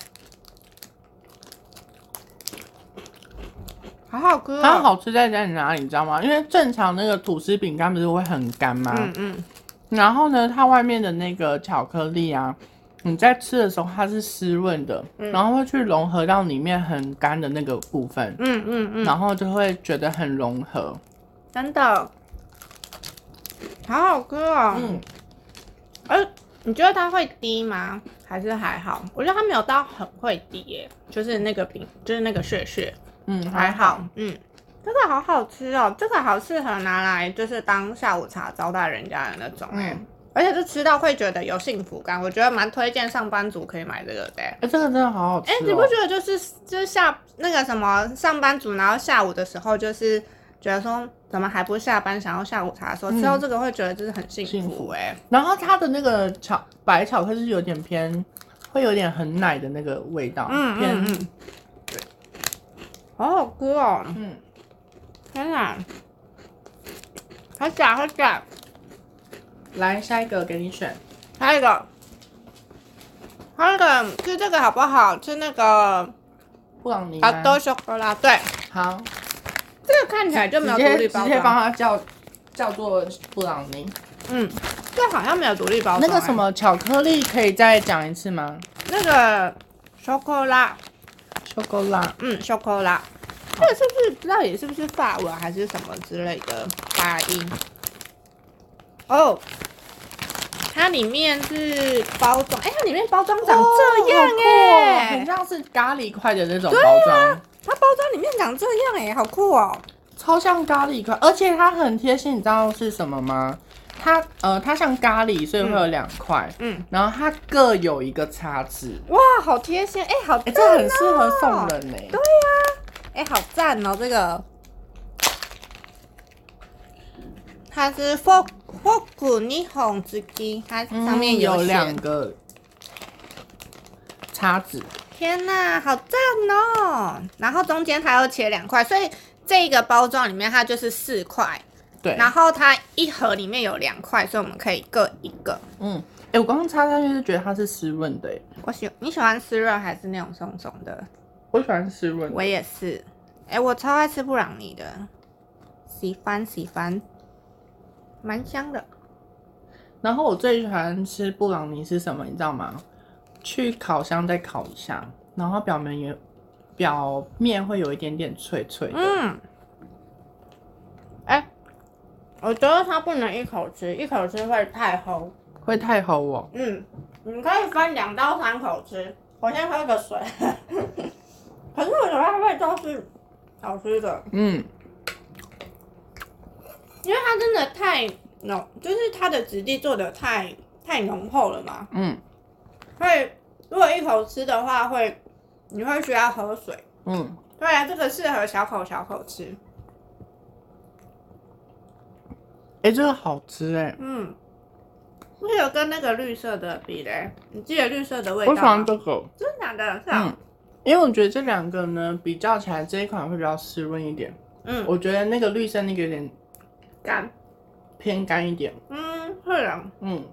Speaker 1: 好好吃、哦，
Speaker 2: 它好吃啊在在哪里，你知道吗？因为正常那个吐司饼干不是会很干吗？
Speaker 1: 嗯嗯，
Speaker 2: 然后呢，它外面的那个巧克力啊，你在吃的时候它是湿润的，
Speaker 1: 嗯
Speaker 2: 然后会去融合到里面很干的那个部分，
Speaker 1: 嗯嗯嗯，
Speaker 2: 然后就会觉得很融合。
Speaker 1: 真的，好好吃哦。
Speaker 2: 嗯，
Speaker 1: 哎、你觉得它会滴吗？还是还好？我觉得它没有到很会滴耶，就是那个饼，就是那个屑屑，
Speaker 2: 嗯，
Speaker 1: 还好。嗯，这个好好吃哦，这个好适合拿来就是当下午茶招待人家的那种哎、
Speaker 2: 嗯
Speaker 1: 而且是吃到会觉得有幸福感，我觉得蛮推荐上班族可以买这个的耶。
Speaker 2: 哎、这个真的好好吃、哦。
Speaker 1: 哎、你不觉得就是就是下那个什么上班族，然后下午的时候就是觉得说怎么还不下班，想要下午茶的时候，
Speaker 2: 嗯
Speaker 1: 吃到这个会觉得就是很幸
Speaker 2: 幸
Speaker 1: 福
Speaker 2: 福
Speaker 1: 哎、
Speaker 2: 然后它的那个巧白巧克力是有点偏，会有点很奶的那个味道，
Speaker 1: 嗯
Speaker 2: 偏
Speaker 1: 嗯嗯，好好吃哦！
Speaker 2: 嗯
Speaker 1: 天哪，好假好假！
Speaker 2: 来下一个给你选，
Speaker 1: 还有一个，还有一个吃这个好不好？吃那个
Speaker 2: 布朗尼吗
Speaker 1: 好多巧克力，对，
Speaker 2: 好，
Speaker 1: 这个看起来就没
Speaker 2: 直
Speaker 1: 有独
Speaker 2: 接
Speaker 1: 立
Speaker 2: 直
Speaker 1: 包
Speaker 2: 接帮
Speaker 1: 装，
Speaker 2: 它叫叫做布朗尼。
Speaker 1: 嗯，这好像没有独立包装、
Speaker 2: 那个什
Speaker 1: 哎，
Speaker 2: 么巧克力可以再讲一次吗？
Speaker 1: 那个巧克力。
Speaker 2: 巧克力，
Speaker 1: 嗯，巧克力。这个是不是不知道也是不是法文还是什么之类的发音？哦，它里面是包装，哎、它里面包装长这样啊
Speaker 2: 好酷哦
Speaker 1: 哎、
Speaker 2: 很像是咖喱块的那种包装，
Speaker 1: 它包装里面长这样哎、好酷哦！
Speaker 2: 超像咖喱块，而且它很贴心，你知道是什么吗？它呃，它像咖喱，所以会有两块，
Speaker 1: 嗯，
Speaker 2: 然后它各有一个叉子，
Speaker 1: 哇，好贴心哎、好
Speaker 2: 哎、
Speaker 1: 赞、
Speaker 2: 这
Speaker 1: 哦
Speaker 2: 很适合送人欸呢、
Speaker 1: 对呀、哎、好赞哦，这个。它是 fork fork 霓虹之鸡，它
Speaker 2: 嗯
Speaker 1: 上面
Speaker 2: 有
Speaker 1: 写
Speaker 2: 两个叉子，
Speaker 1: 天呐，好赞哦！然后中间它又切两块，所以这个包装里面它就是四块，
Speaker 2: 对，
Speaker 1: 然后它一盒里面有两块，所以我们可以各一个。
Speaker 2: 嗯，哎、我刚刚插上去是觉得它是湿润的、欸，
Speaker 1: 我喜你喜欢湿润还是那种松松的？
Speaker 2: 我喜欢湿润的，
Speaker 1: 我也是，哎，我超爱吃布朗尼的，喜欢喜欢，蛮香的。
Speaker 2: 然后我最喜欢吃布朗尼是什么，你知道吗？去烤箱再烤一下，然后表面有表面会有一点点脆脆的。
Speaker 1: 嗯，哎，我觉得它不能一口吃，一口吃会太齁。
Speaker 2: 会太齁哦。
Speaker 1: 嗯，你可以分两到三口吃。我先喝个水。 可是我觉得它味道是好吃的，
Speaker 2: 嗯，
Speaker 1: 因为它真的太浓，就是它的质地做的太太浓厚了嘛。
Speaker 2: 嗯
Speaker 1: 所以如果一口吃的话会，你会需要喝水。
Speaker 2: 嗯，
Speaker 1: 对啊，这个适合小口小口吃。
Speaker 2: 哎、这个好吃哎、
Speaker 1: 嗯，那有跟那个绿色的比嘞？你记得绿色的味道
Speaker 2: 我
Speaker 1: 吗
Speaker 2: 喜欢这个，
Speaker 1: 真的假的？是啊
Speaker 2: 嗯，啊因为我觉得这两个呢比较起来，这一款会比较湿润一点。
Speaker 1: 嗯，
Speaker 2: 我觉得那个绿色那个有点
Speaker 1: 干，
Speaker 2: 偏干一点，
Speaker 1: 嗯，是啊，
Speaker 2: 嗯。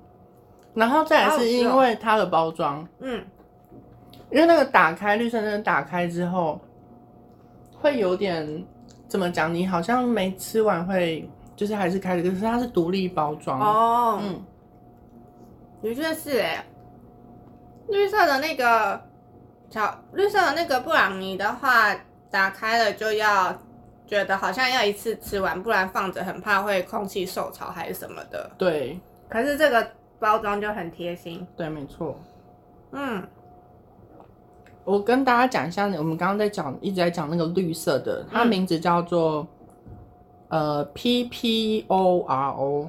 Speaker 2: 然后再来是因为它的包装，
Speaker 1: 嗯，
Speaker 2: 因为那个打开绿色那个打开之后，会有点怎么讲？你好像没吃完会，就是还是开始，可是它是独立包装。
Speaker 1: 哦，
Speaker 2: 嗯，
Speaker 1: 的确是哎、绿色的那个巧，绿色的那个布朗尼的话，打开了就要觉得好像要一次吃完，不然放着很怕会空气受潮还是什么的。
Speaker 2: 对
Speaker 1: 可是这个包装就很贴心，
Speaker 2: 对，没错。
Speaker 1: 嗯
Speaker 2: 我跟大家讲一下，我们刚刚在讲，一直在讲那个绿色的，它
Speaker 1: 嗯
Speaker 2: 名字叫做、呃 P P O R O，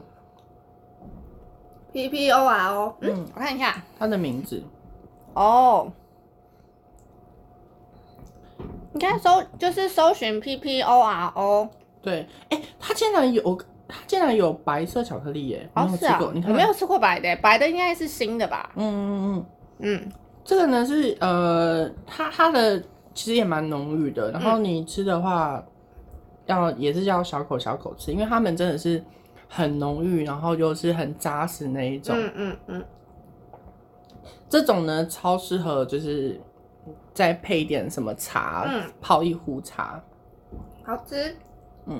Speaker 1: ，P P O R O，嗯，
Speaker 2: 嗯
Speaker 1: 我看一下，
Speaker 2: 它的名字。
Speaker 1: 哦。你看搜就是搜寻 P P O R O，
Speaker 2: 对，哎、它竟然有，它竟然有白色巧克力耶！
Speaker 1: 哦
Speaker 2: 你有
Speaker 1: 是
Speaker 2: 吃
Speaker 1: 啊
Speaker 2: 过？，你看，
Speaker 1: 我没有，吃过白的欸，白的应该是新的吧？
Speaker 2: 嗯嗯嗯。
Speaker 1: 嗯，
Speaker 2: 这个呢是呃，它它的其实也蛮浓郁的，然后
Speaker 1: 嗯
Speaker 2: 你吃的话，要也是要小口小口吃，因为它们真的是很浓郁，然后又是很扎实那一种。
Speaker 1: 嗯嗯嗯，
Speaker 2: 这种呢超适合，就是再配一点什么茶，
Speaker 1: 嗯
Speaker 2: 泡一壶茶。
Speaker 1: 好吃。
Speaker 2: 嗯，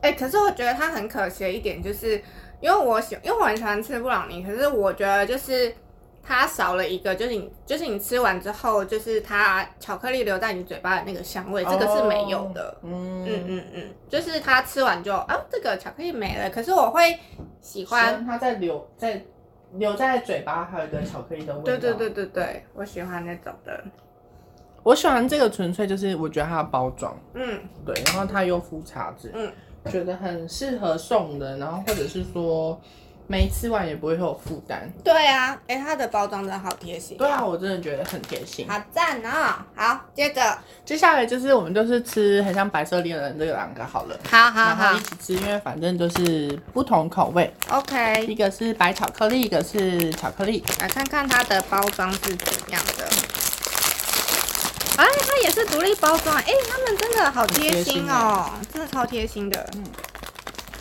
Speaker 1: 哎、可是我觉得它很可惜的一点，就是因为我喜，因为我很喜欢吃布朗尼，可是我觉得就是它少了一个，就是你，就是你吃完之后，就是它巧克力留在你嘴巴的那个香味，这个是没有的。
Speaker 2: 嗯
Speaker 1: 嗯嗯嗯，就是它吃完就啊，这个巧克力没了。可是我会喜欢，
Speaker 2: 它在留在留在嘴巴，还有一个巧克力的味道。
Speaker 1: 对对，对对对，我喜欢那种的。
Speaker 2: 我喜欢这个，纯粹就是我觉得它的包装
Speaker 1: 嗯
Speaker 2: 对，然后它又附茶汁，
Speaker 1: 嗯，
Speaker 2: 觉得很适合送人，然后或者是说没吃完也不会有负担。
Speaker 1: 对啊，哎、它的包装真的好贴心，
Speaker 2: 对啊，我真的觉得很贴心。
Speaker 1: 好赞啊、好，接着，
Speaker 2: 接下来就是我们就是吃很像白色恋人这两个好了。
Speaker 1: 好好
Speaker 2: 然后一
Speaker 1: 好
Speaker 2: 起吃，因为反正就是不同口味，
Speaker 1: ，OK。
Speaker 2: 一个是白巧克力，一个是巧克力。
Speaker 1: 来看看它的包装是怎样的。哎，它也是独立包装，哎，他们真的好贴心哦，真的超贴心的。嗯，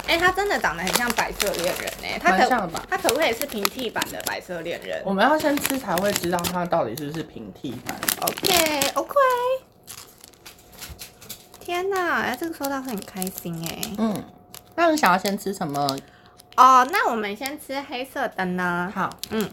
Speaker 1: 哎，它真的长得很像白色恋人哎，它
Speaker 2: 蛮
Speaker 1: 可
Speaker 2: 像的吧哦
Speaker 1: 它可不可以是平替版的白色恋人
Speaker 2: 我们要先吃才会知道它到底是不是平替版。
Speaker 1: ？OK OK。天呐，哎，这个收到会很开心哎。
Speaker 2: 嗯，那你想要先吃什么？
Speaker 1: 哦，那我们先吃黑色的呢。
Speaker 2: 好，
Speaker 1: 嗯，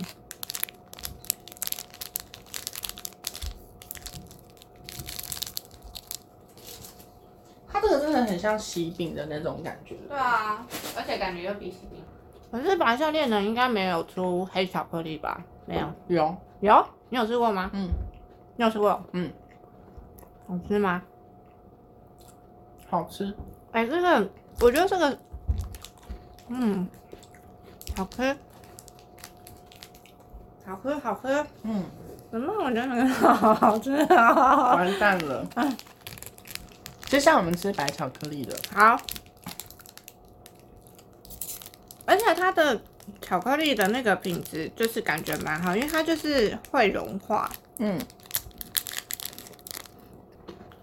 Speaker 2: 它这个真的很像喜饼的那种感觉。
Speaker 1: 啊，而且感觉又比喜饼。可是白色恋人应该没有出黑巧克力吧？没有，
Speaker 2: 有，哦
Speaker 1: 有你有吃过吗？
Speaker 2: 嗯，
Speaker 1: 你有吃过？
Speaker 2: 嗯，
Speaker 1: 好吃吗？
Speaker 2: 好吃。
Speaker 1: 哎、这个我觉得这个，嗯，好吃，好喝好喝，
Speaker 2: 嗯，
Speaker 1: 怎么我觉得很好好吃啊？
Speaker 2: 完蛋了。接下来我们吃白巧克力的，
Speaker 1: 好，而且它的巧克力的那个品质就是感觉蛮好，因为它就是会融化，
Speaker 2: 嗯，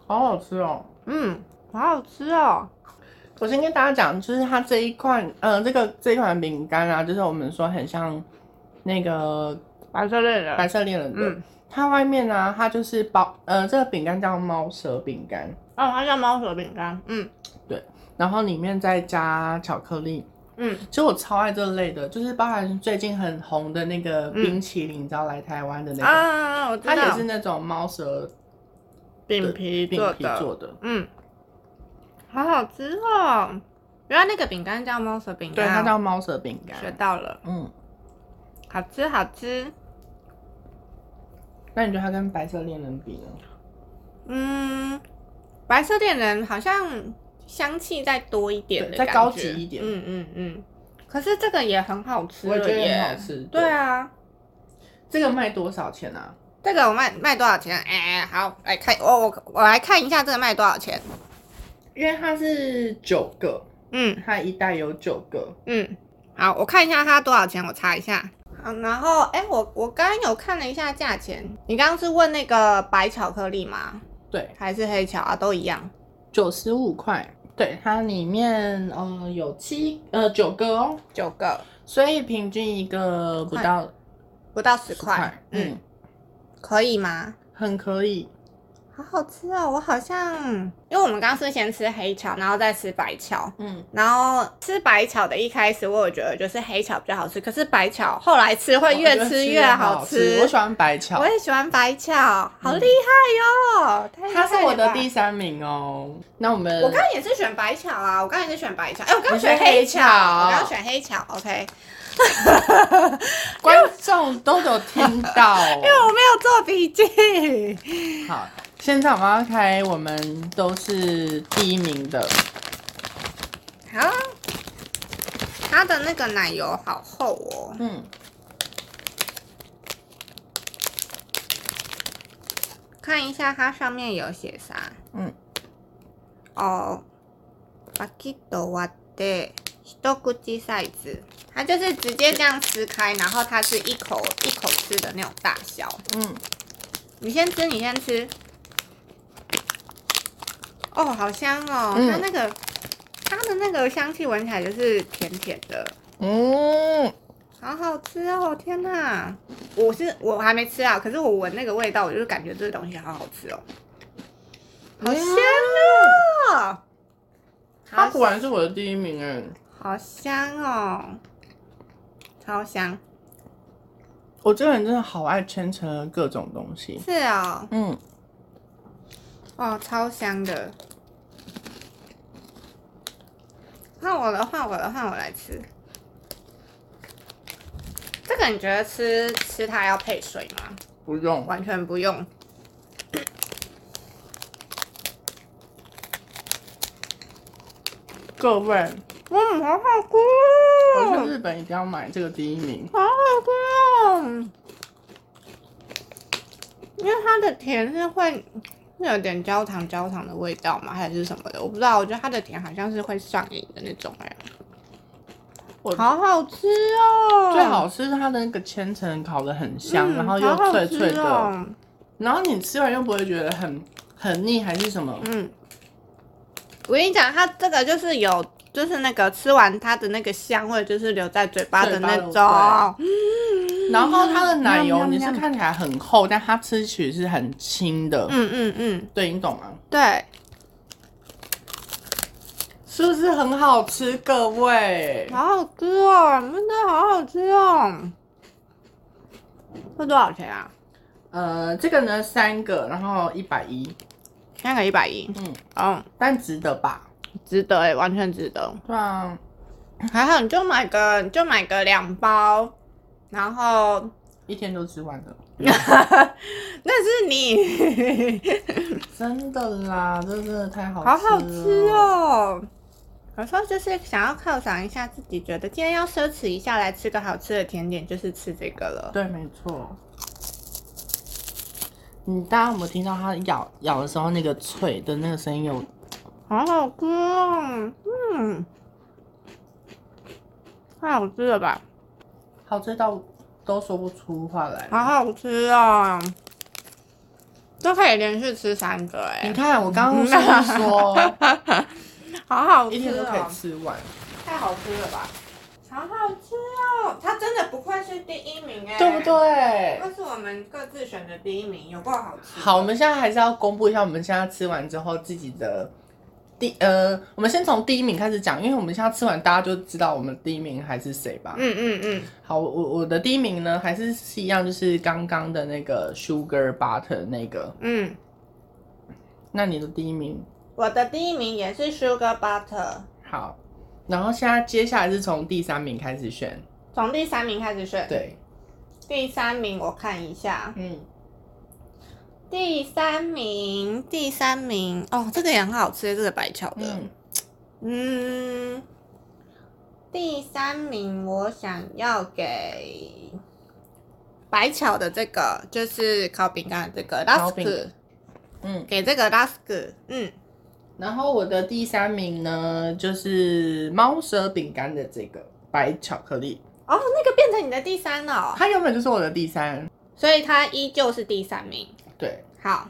Speaker 2: 好好吃哦。
Speaker 1: 嗯，好好吃哦。
Speaker 2: 我先跟大家讲，就是它这一款，呃，这个这一款饼干啊，就是我们说很像那个
Speaker 1: 白色类的，
Speaker 2: 白色恋人的，
Speaker 1: 嗯，
Speaker 2: 它外面呢、它就是包，呃，这个饼干叫猫舌饼干，
Speaker 1: 哦，它叫猫舌饼干，嗯
Speaker 2: 然后里面再加巧克力。
Speaker 1: 嗯，
Speaker 2: 其实我超爱这类的，就是包含最近很红的那个冰淇淋，你知道来台湾的那个，
Speaker 1: 啊，我知
Speaker 2: 它也
Speaker 1: 道
Speaker 2: 是，那种猫舌
Speaker 1: 饼皮
Speaker 2: 饼
Speaker 1: 做
Speaker 2: 皮
Speaker 1: 的，
Speaker 2: 做的，
Speaker 1: 嗯，好好吃哦。原来那个饼干叫猫舌饼
Speaker 2: 对，啊
Speaker 1: 干，啊
Speaker 2: 它叫猫舌饼
Speaker 1: 学
Speaker 2: 干。
Speaker 1: 到了，
Speaker 2: 嗯，
Speaker 1: 好吃好吃。
Speaker 2: 那你觉得它跟白色恋人比呢？
Speaker 1: 嗯，白色恋人好像香气再多一点的
Speaker 2: 对再
Speaker 1: 感觉
Speaker 2: 高级一点
Speaker 1: 嗯嗯嗯。可是这个也很好吃了
Speaker 2: 我
Speaker 1: 耶，
Speaker 2: 也觉得很好吃
Speaker 1: 对啊，
Speaker 2: 这个卖多少钱啊？
Speaker 1: 这个我卖卖多少钱？哎、好，来看我我我来看一下这个卖多少钱。
Speaker 2: 因为它是九个，
Speaker 1: 嗯
Speaker 2: 它一袋有九个，
Speaker 1: 嗯，好，我看一下它多少钱，我查一下。好，然后哎、我我刚刚有看了一下价钱。你刚刚是问那个白巧克力吗？
Speaker 2: 对，
Speaker 1: 还是黑巧啊？都一样。
Speaker 2: 九十五块。对，它里面呃有七呃九个哦，
Speaker 1: 九个
Speaker 2: 所以平均一个不到
Speaker 1: 不到十
Speaker 2: 10块
Speaker 1: 块，，嗯，
Speaker 2: 嗯，
Speaker 1: 可以吗？
Speaker 2: 很可以。
Speaker 1: 好好吃哦！我好像，因为我们刚刚是先吃黑巧，然后再吃白巧，
Speaker 2: 嗯，
Speaker 1: 然后吃白巧的一开始我有觉得就是黑巧比较好吃，可是白巧后来吃会越
Speaker 2: 我觉得
Speaker 1: 吃
Speaker 2: 吃
Speaker 1: 越好吃。
Speaker 2: 我喜欢白巧
Speaker 1: 哦我，也喜欢白巧，好
Speaker 2: 嗯
Speaker 1: 厉害哟、太厉害
Speaker 2: 它是我
Speaker 1: 了
Speaker 2: 的
Speaker 1: 吧
Speaker 2: 第三名哦。那我们
Speaker 1: 我刚刚也是选白巧啊，我刚刚也是选白巧，哎、我刚刚
Speaker 2: 你
Speaker 1: 选
Speaker 2: 选
Speaker 1: 黑
Speaker 2: 黑
Speaker 1: 巧，
Speaker 2: 巧
Speaker 1: 我刚刚选黑巧，OK，
Speaker 2: 观众都有听到
Speaker 1: 因
Speaker 2: 哦，
Speaker 1: 为我没有做笔记。
Speaker 2: 好，现在我们要开我们都是第一名的，
Speaker 1: 好，它的那个奶油好厚哦，
Speaker 2: 嗯，
Speaker 1: 看一下它上面有写啥，
Speaker 2: 嗯，
Speaker 1: 哦，巴キ多ワで一口 size，它就是直接这样撕开，然后它是一口一口吃的那种大小。
Speaker 2: 嗯，
Speaker 1: 你先吃，你先吃。哦，好香哦！
Speaker 2: 嗯
Speaker 1: 它那个它的那个香气闻起来就是甜甜的，
Speaker 2: 嗯，
Speaker 1: 好好吃哦！天哪，我是我还没吃啊，可是我闻那个味道，我就感觉这个东西好好吃哦，好香哦，
Speaker 2: 它果然是我的第一名哎！
Speaker 1: 好香哦，超香，
Speaker 2: 我这个人真的好爱牵扯各种东西。
Speaker 1: 是哦，
Speaker 2: 嗯，
Speaker 1: 哦，超香的。换我了，换我了，换我来吃。这个你觉得吃吃它要配水吗？
Speaker 2: 不用，
Speaker 1: 完全不用。
Speaker 2: 各位，
Speaker 1: 嗯，好好吃
Speaker 2: 我去
Speaker 1: 哦，
Speaker 2: 日本一定要买这个第一名。
Speaker 1: 好好吃哦。因为它的甜是会会有点焦糖焦糖的味道嘛，还是什么的，我不知道。我觉得它的甜好像是会上瘾的那种哎、
Speaker 2: 我
Speaker 1: 好好吃哦，
Speaker 2: 最好吃是它的那个千层烤的很香，
Speaker 1: 嗯
Speaker 2: 然后又
Speaker 1: 好好
Speaker 2: 脆
Speaker 1: 吃
Speaker 2: 脆的，
Speaker 1: 哦
Speaker 2: 然后你吃完又不会觉得很很腻还是什么。
Speaker 1: 嗯，我跟你讲，它这个就是有，就是那个吃完它的那个香味，就是留在嘴巴的那
Speaker 2: 嘴巴
Speaker 1: 种。
Speaker 2: 然后它的奶油
Speaker 1: 嗯
Speaker 2: 你是看起来很厚，但它吃起是很轻的。
Speaker 1: 嗯嗯嗯，
Speaker 2: 对，你懂吗？
Speaker 1: 对，
Speaker 2: 是不是很好吃，各位？
Speaker 1: 好好吃哦，真的好好吃哦。这多少钱啊？
Speaker 2: 呃，这个呢三个，然后一百一，
Speaker 1: 那个一百一，
Speaker 2: 嗯，
Speaker 1: 嗯，
Speaker 2: 但值得吧？
Speaker 1: 值得哎，完全值得。
Speaker 2: 对啊，
Speaker 1: 还好你就买个，你就买个两包，然后
Speaker 2: 一天就吃完了，
Speaker 1: 那是你。
Speaker 2: 真的啦，这真的太好吃，
Speaker 1: 好好吃！哦！有时候就是想要犒赏一下自己，觉得今天要奢侈一下，来吃个好吃的甜点，就是吃这个了。
Speaker 2: 对，没错。你大家有没有听到它咬咬的时候那个脆的那个声音有？
Speaker 1: 好好吃哦，嗯，太好吃了吧？
Speaker 2: 好吃到都说不出话来。
Speaker 1: 好好吃哦，都可以连续吃三个哎、
Speaker 2: 你看，我刚刚是不是 说
Speaker 1: 好好
Speaker 2: 一
Speaker 1: 吃
Speaker 2: 天都可
Speaker 1: 哦
Speaker 2: 以，吃完？
Speaker 1: 太好吃了吧？好好吃哦，它真的不愧是第一名哎、
Speaker 2: 对不？对？
Speaker 1: 这是我们各自选的第一名，有够好吃。
Speaker 2: 好，我们现在还是要公布一下，我们现在吃完之后自己的第呃，我们先从第一名开始讲，因为我们现在吃完，大家就知道我们第一名还是谁吧。
Speaker 1: 嗯嗯嗯，
Speaker 2: 好，我我我的第一名呢，还是是一样，就是刚刚的那个 Sugar Butter 那个。
Speaker 1: 嗯，
Speaker 2: 那你的第一名
Speaker 1: 我的第一名也是 Sugar Butter，
Speaker 2: 好，然后现在接下来是从第三名开始选。
Speaker 1: 从第三名开始选。
Speaker 2: 对，
Speaker 1: 第三名我看一下，
Speaker 2: 嗯，
Speaker 1: 第三名，第三名，哦，这个也很好吃，这个白巧的，
Speaker 2: 嗯，
Speaker 1: 嗯。第三名，我想要给白巧的这个，就是烤饼干的这个
Speaker 2: 烤
Speaker 1: Lask，
Speaker 2: 饼嗯。
Speaker 1: 给这个 Lask，嗯，
Speaker 2: 然后我的第三名呢，就是猫舌饼干的这个白巧克力，
Speaker 1: 哦，那个变成你的第三了哦，
Speaker 2: 它原本就是我的第三。
Speaker 1: 所以它依旧是第三名。
Speaker 2: 对，
Speaker 1: 好，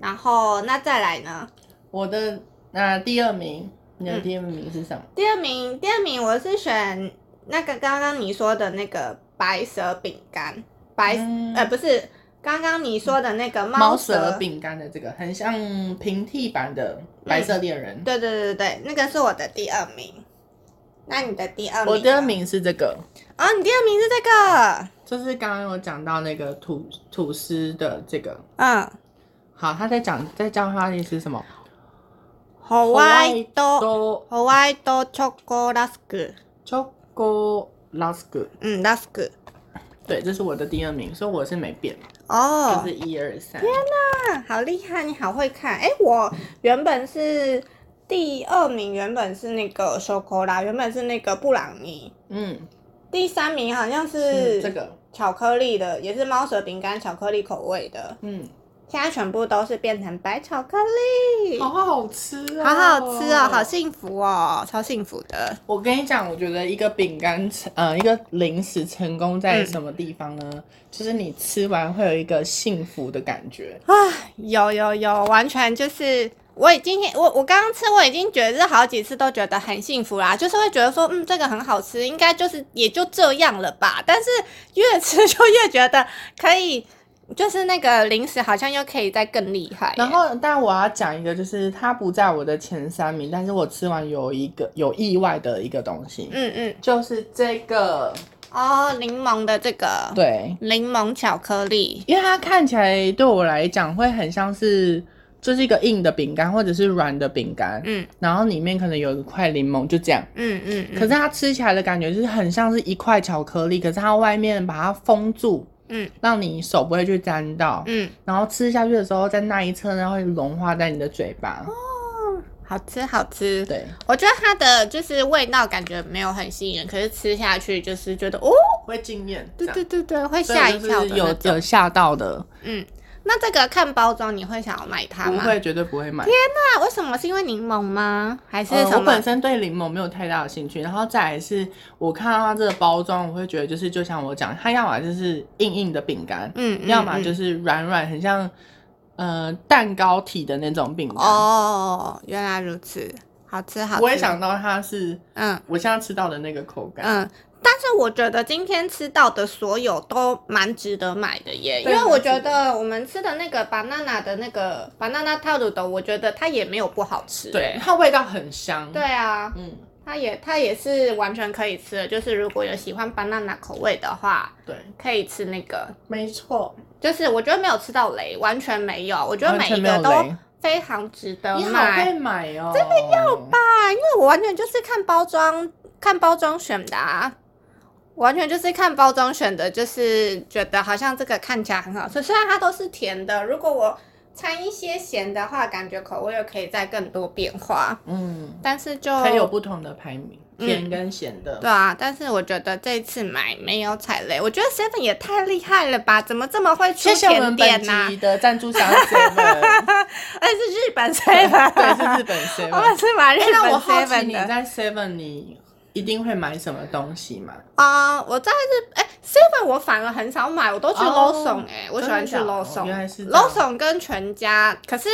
Speaker 1: 然后那再来呢？
Speaker 2: 我的那、第二名，你的第二名是什么？
Speaker 1: 第二名，第二名我是选那个刚刚你说的那个白蛇饼干，白、
Speaker 2: 嗯
Speaker 1: 呃不是，刚刚你说的那个
Speaker 2: 猫
Speaker 1: 舌
Speaker 2: 舌。饼干的这个很像平替版的白色恋人。
Speaker 1: 对对对对对，那个是我的第二名。那你的第二名？
Speaker 2: 我第二。名是这个，
Speaker 1: 哦，你第二名是这个。
Speaker 2: 就是刚刚有讲到那个吐吐司的这个。
Speaker 1: 嗯
Speaker 2: 好，他在讲在教他的是什么？
Speaker 1: ，Hawaii do
Speaker 2: 都
Speaker 1: Hawaii do choco lask，
Speaker 2: c h o c o l a s k
Speaker 1: 嗯，lask。
Speaker 2: 对，这是我的第二名，所以我是没变，
Speaker 1: 哦，
Speaker 2: 就是一二三。
Speaker 1: 啊好厉害，你好会看。哎、我原本是第二名，原本是那个 s o c o l a 原本是那个布朗尼。
Speaker 2: 嗯，
Speaker 1: 第三名好像
Speaker 2: 是
Speaker 1: 是
Speaker 2: 这个，
Speaker 1: 巧克力的，也是猫舌饼干巧克力口味的。
Speaker 2: 嗯，
Speaker 1: 现在全部都是变成白巧克力，
Speaker 2: 好好吃哦，
Speaker 1: 好好吃哦，好幸福哦，超幸福的。
Speaker 2: 我跟你讲，我觉得一个饼干成，呃，一个零食成功在什么地方呢？就是你吃完会有一个幸福的感觉。
Speaker 1: 啊，有有有，完全就是我已今天我我刚刚吃，我已经觉得好几次都觉得很幸福啦，就是会觉得说，嗯，这个很好吃，应该就是也就这样了吧。但是越吃就越觉得可以，就是那个零食好像又可以再更厉害耶。
Speaker 2: 然后，但我要讲一个，就是它不在我的前三名，但是我吃完有一个有意外的一个东西，
Speaker 1: 嗯嗯，
Speaker 2: 就是这个，
Speaker 1: 哦，柠檬的这个，，
Speaker 2: 对，
Speaker 1: 柠檬巧克力，
Speaker 2: 因为它看起来对我来讲会很像是就是一个硬的饼干或者是软的饼干，
Speaker 1: 嗯
Speaker 2: 然后里面可能有一块柠檬，就这样。
Speaker 1: 嗯嗯
Speaker 2: 可是
Speaker 1: 嗯，
Speaker 2: 它吃起来的感觉就是很像是一块巧克力，可是它外面把它封住，
Speaker 1: 嗯，
Speaker 2: 让你手不会去沾到，
Speaker 1: 嗯，
Speaker 2: 然后吃下去的时候，在那一侧呢会融化在你的嘴巴。
Speaker 1: 哦好吃好吃。
Speaker 2: 对，
Speaker 1: 我觉得它的就是味道感觉没有很吸引人，可是吃下去就是觉得哦，
Speaker 2: 会惊艳。
Speaker 1: 对对对对，会
Speaker 2: 这样，
Speaker 1: 吓一跳
Speaker 2: 所
Speaker 1: 的
Speaker 2: 以就
Speaker 1: 那
Speaker 2: 是有
Speaker 1: 种
Speaker 2: 有吓到的，
Speaker 1: 嗯，那这个看包装你会想要买它
Speaker 2: 不
Speaker 1: 吗？
Speaker 2: 会，绝对不会买。
Speaker 1: 那为什么？是因为柠檬吗？还是
Speaker 2: 呃
Speaker 1: 什
Speaker 2: 我
Speaker 1: 么
Speaker 2: 本？身对柠檬没有太大的兴趣，然后再来是我看到它这个包装，我会觉得就是就像我讲，它要么就是硬硬的饼干，
Speaker 1: 嗯，嗯
Speaker 2: 要么就
Speaker 1: 嗯
Speaker 2: 是软软，很像呃蛋糕体的那种饼干。
Speaker 1: 哦，原来如此，好吃好吃。
Speaker 2: 我也，想到它是
Speaker 1: 嗯
Speaker 2: 我现在吃到的那个口感。
Speaker 1: 嗯。但是我觉得今天吃到的所有都蛮值得买的耶，因
Speaker 2: 对
Speaker 1: 为我觉
Speaker 2: 蛮值
Speaker 1: 得我们吃的那个 banana 的那个 banana t a r 的，我觉得它也没有不好吃。
Speaker 2: 对，，它味道很香。
Speaker 1: 对，啊，
Speaker 2: 嗯，
Speaker 1: 它也它也是完全可以吃的，就是如果有喜欢 banana 口味的话，
Speaker 2: 对，
Speaker 1: 可以吃那个。
Speaker 2: 没错，
Speaker 1: 就是我觉得没有吃到雷，完全没有。我觉得
Speaker 2: 完
Speaker 1: 每
Speaker 2: 全
Speaker 1: 一
Speaker 2: 没有
Speaker 1: 个都
Speaker 2: 雷。
Speaker 1: 非常值得
Speaker 2: 你好
Speaker 1: 买
Speaker 2: 会买哦，真的要吧？
Speaker 1: 啊，因为我完全就是看包装，看包装选的、啊，我完全就是看包装选的，就是觉得好像这个看起来很好吃，虽然它都是甜的，如果我掺一些咸的话，感觉口味又可以再更多变化，
Speaker 2: 嗯，
Speaker 1: 但是就
Speaker 2: 它有不同的排名，
Speaker 1: 哦嗯
Speaker 2: 甜跟咸的。
Speaker 1: 对啊，但是我觉得这一次买没有踩雷，我觉得 Seven 也太厉害了吧，怎么这么会出
Speaker 2: 谢谢我
Speaker 1: 甜
Speaker 2: 们本
Speaker 1: 点呐、
Speaker 2: 集的赞助商 seven，
Speaker 1: 而且是日本 Seven，
Speaker 2: 对，是日本
Speaker 1: 我们
Speaker 2: seven。
Speaker 1: 是买日
Speaker 2: 哎，那我
Speaker 1: 本
Speaker 2: 好奇
Speaker 1: Seven
Speaker 2: 你
Speaker 1: 的。
Speaker 2: 在 seven 你一定会买什么东西吗？
Speaker 1: 啊、我在日哎 Seven 我反而很少买，我都去
Speaker 2: 哦
Speaker 1: Lawson 哎、我喜欢去
Speaker 2: 真的假的
Speaker 1: Lawson
Speaker 2: 原来是这样
Speaker 1: Lawson 跟全家，可是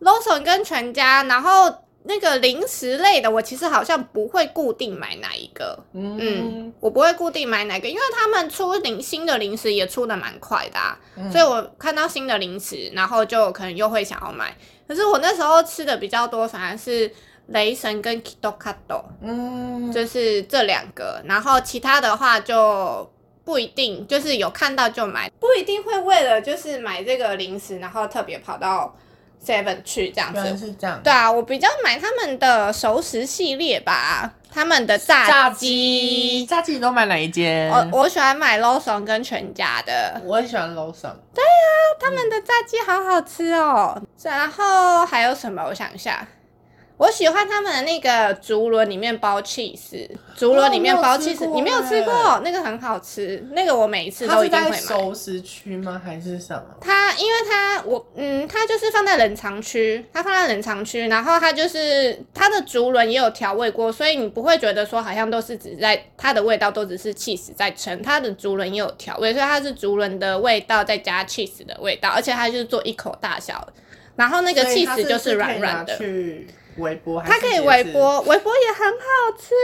Speaker 1: Lawson 跟全家，然后那个零食类的，我其实好像不会固定买哪一个。嗯
Speaker 2: 嗯，，
Speaker 1: 我不会固定买哪个，因为他们出零新的零食也出的蛮快的、啊，
Speaker 2: 嗯
Speaker 1: 所以我看到新的零食，然后就可能又会想要买。可是我那时候吃的比较多，反而是雷神跟 Kito Kato。
Speaker 2: 嗯，
Speaker 1: 就是这两个，然后其他的话就不一定，就是有看到就买，不一定会为了就是买这个零食，然后特别跑到 Seven 去这样
Speaker 2: 原来
Speaker 1: 子。
Speaker 2: 是这样。
Speaker 1: 对啊，我比较买他们的熟食系列吧，他们的炸
Speaker 2: 炸鸡，炸鸡你都买哪一间？
Speaker 1: 我我喜欢买 Lawson 跟全家的，
Speaker 2: 我很喜欢 Lawson，
Speaker 1: 他们的炸鸡好好吃哦。然后还有什么？我想一下，我喜欢他们的那个竹轮里面包 cheese，竹轮里面包
Speaker 2: 哦我没有
Speaker 1: cheese，、
Speaker 2: 吃过
Speaker 1: 你没有吃过
Speaker 2: 耶？
Speaker 1: 那个很好吃，那个我每一次
Speaker 2: 它
Speaker 1: 都
Speaker 2: 是
Speaker 1: 一定会
Speaker 2: 在
Speaker 1: 买。
Speaker 2: 熟食区吗？还是什么？
Speaker 1: 它因为它我嗯，它就是放在冷藏区，它放在冷藏区，然后它就是它的竹轮也有调味过，所以你不会觉得说好像都是只在它的味道都只是 cheese 在撑，它的竹轮也有调味，所以它是竹轮的味道再加 cheese 的味道，而且它就是做一口大小，然后那个
Speaker 2: 所以它
Speaker 1: cheese 就是
Speaker 2: 是
Speaker 1: 软软的
Speaker 2: 可以拿。去微波，还
Speaker 1: 它
Speaker 2: 是
Speaker 1: 可以
Speaker 2: 直接
Speaker 1: 微
Speaker 2: 吃。
Speaker 1: 波，微波也很好吃，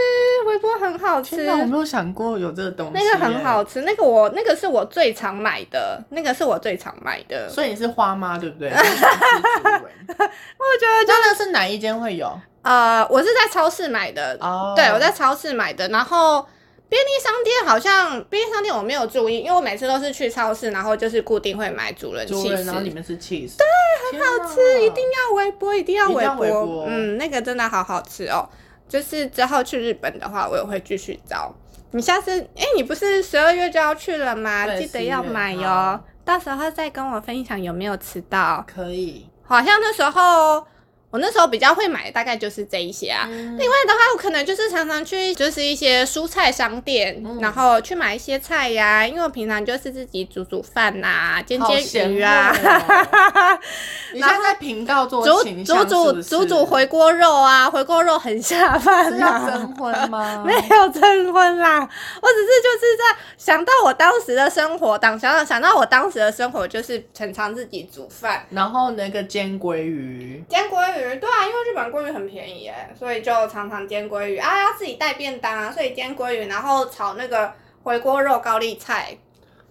Speaker 1: 微波很好吃。
Speaker 2: 天哪，我没有想过有这个东西。
Speaker 1: 那个很好。吃，那个我那个是我最常买的，那个是我最常买的。
Speaker 2: 所以你是花妈对 不对？我喜欢吃竹
Speaker 1: 我觉得就
Speaker 2: 围欸那那是哪一间会有？
Speaker 1: 呃，我是在超市买的，
Speaker 2: 哦
Speaker 1: 对我在超市买的。然后便利商店好像便利商店我没有注意，因为我每次都是去超市，然后就是固定会买主人
Speaker 2: 猪
Speaker 1: 气
Speaker 2: 人，
Speaker 1: 司
Speaker 2: 然。后里面是 cheese，对，很好吃，一定
Speaker 1: 要微波，一定要
Speaker 2: 一定
Speaker 1: 微
Speaker 2: 要微
Speaker 1: 波
Speaker 2: 波，
Speaker 1: 嗯，那个真的好好吃哦。就是之后去日本的话，我也会继续找。你下次，哎、你不是十二月就要去了吗？
Speaker 2: 对
Speaker 1: 记得
Speaker 2: 11
Speaker 1: 要
Speaker 2: 月
Speaker 1: 买哟、
Speaker 2: 好
Speaker 1: 到时候再跟我分享有没有吃到。
Speaker 2: 可以。
Speaker 1: 好像那时候我那时候比较会买，大概就是这一些啊。
Speaker 2: 嗯
Speaker 1: 另外的话，我可能就是常常去就是一些蔬菜商店，
Speaker 2: 嗯
Speaker 1: 然后去买一些菜呀、因为我平常就是自己煮煮饭呐、煎
Speaker 2: 好
Speaker 1: 煎
Speaker 2: 咸
Speaker 1: 鱼啊。
Speaker 2: 哦你现在在频道做
Speaker 1: 煮
Speaker 2: 形
Speaker 1: 煮
Speaker 2: 象是
Speaker 1: 煮
Speaker 2: 不是
Speaker 1: 煮煮回锅肉啊，回锅肉很下
Speaker 2: 是
Speaker 1: 饭
Speaker 2: 要
Speaker 1: 呐、
Speaker 2: 征婚吗？
Speaker 1: 没有征婚啦，我只是就是在想到我当时的生活，当想到想到我当时的生活，就是常常自己煮饭，
Speaker 2: 然后那个煎鲑鱼，
Speaker 1: 煎鲑鱼鱼，对啊，因为日本鲑鱼很便宜耶，所以就常常煎鲑鱼啊，要自己带便当啊，所以煎鲑鱼，然后炒那个回锅肉高丽菜，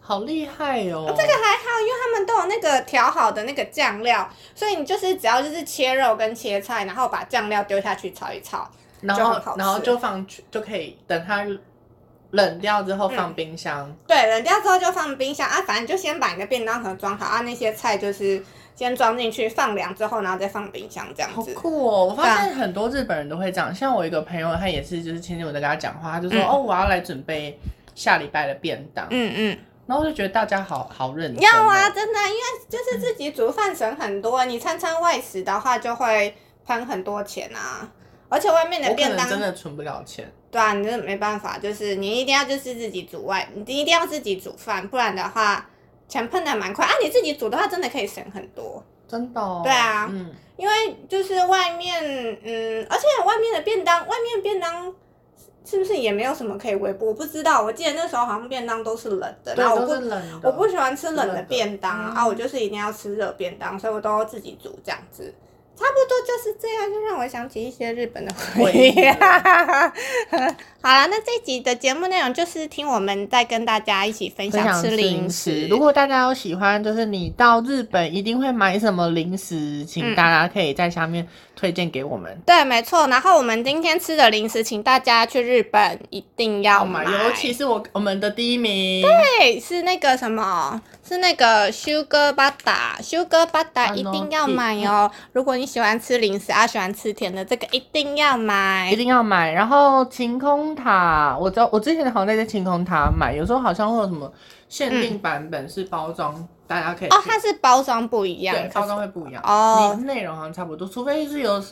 Speaker 2: 好厉害哦！
Speaker 1: 啊这个还好，因为他们都有那个调好的那个酱料，所以你就是只要就是切肉跟切菜，然后把酱料丢下去炒一炒，
Speaker 2: 然
Speaker 1: 就很好
Speaker 2: 后
Speaker 1: 吃
Speaker 2: 然后就放去就可以等它冷掉之后
Speaker 1: 嗯
Speaker 2: 放冰箱。
Speaker 1: 对，冷掉之后就放冰箱啊，反正就先把你的便当盒装好啊，那些菜就是先装进去放凉之后，然后再放冰箱这样
Speaker 2: 好
Speaker 1: 子。
Speaker 2: 酷哦！我发现很多日本人都会这样，像我一个朋友，他也是，就是前天我在跟他讲话，他就说：“
Speaker 1: 嗯
Speaker 2: 哦，我要来准备下礼拜的便当。
Speaker 1: 嗯嗯，
Speaker 2: 然后我就觉得大家好好认真、哦。
Speaker 1: 要啊，真的，因为就是自己煮饭省很多，你餐餐外食的话就会喷很多钱啊。而且外面的
Speaker 2: 我可
Speaker 1: 便
Speaker 2: 能
Speaker 1: 当
Speaker 2: 真，的存不了钱。
Speaker 1: 对啊，你真的没办法，就是你一定要就是自己煮外，你一定要自己煮饭，不然的话钱喷的蛮快啊。你自己煮的话，真的可以省很多，
Speaker 2: 真的、哦？
Speaker 1: 对啊
Speaker 2: 嗯，
Speaker 1: 因为就是外面，嗯，而且外面的便当，外面便当。是不是也没有什么可以微波？我不知道，我记得那时候好像便当都是冷的，
Speaker 2: 对，
Speaker 1: 然后啊我
Speaker 2: 都
Speaker 1: 不
Speaker 2: 是冷的。
Speaker 1: 我不喜欢吃冷
Speaker 2: 冷
Speaker 1: 的
Speaker 2: 的
Speaker 1: 便当啊，
Speaker 2: 嗯
Speaker 1: 啊我就是一定要吃热便当，所以我都自己煮这样子。差不多就是这样，就让我想起一些日本的回忆。
Speaker 2: 回忆
Speaker 1: 好啦，那这集的节目内容就是听我们在跟大家一起分享吃零食。
Speaker 2: 如果大家有喜欢，就是你到日本一定会买什么零食，请大家可以在下面推荐给我们。
Speaker 1: 对，没错。然后我们今天吃的零食，请大家去日本一定要买，
Speaker 2: 尤其是我我们的第一名，
Speaker 1: 对，是那个什么，是那个 sugar butter，sugar butter 一定要买哦。
Speaker 2: 嗯
Speaker 1: 如果你喜欢吃零食啊，喜欢吃甜的，这个一定要
Speaker 2: 一
Speaker 1: 买。
Speaker 2: 定要买。然后晴空塔，我知道我之前好像在这晴空塔买，有时候好像会有什么限定版本是包装，大家可以去
Speaker 1: 哦，它是包装不一样
Speaker 2: 对，包装
Speaker 1: 可是
Speaker 2: 会不一样
Speaker 1: 哦
Speaker 2: 你内容好像差不多，除非是有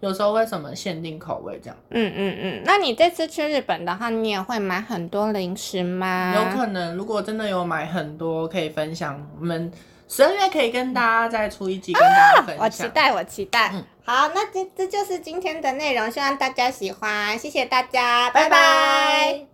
Speaker 2: 有时候为什么限定口味这样，
Speaker 1: 嗯嗯嗯。那你这次去日本的话，你也会买很多零食吗？
Speaker 2: 有可能如果真的有买很多可以分享，我们十二月可以跟大家再出一集跟大家分享。
Speaker 1: 啊我期待，我期待。
Speaker 2: 嗯
Speaker 1: 好，那这这就是今天的内容，希望大家喜欢，谢谢大家，拜拜。
Speaker 2: 拜拜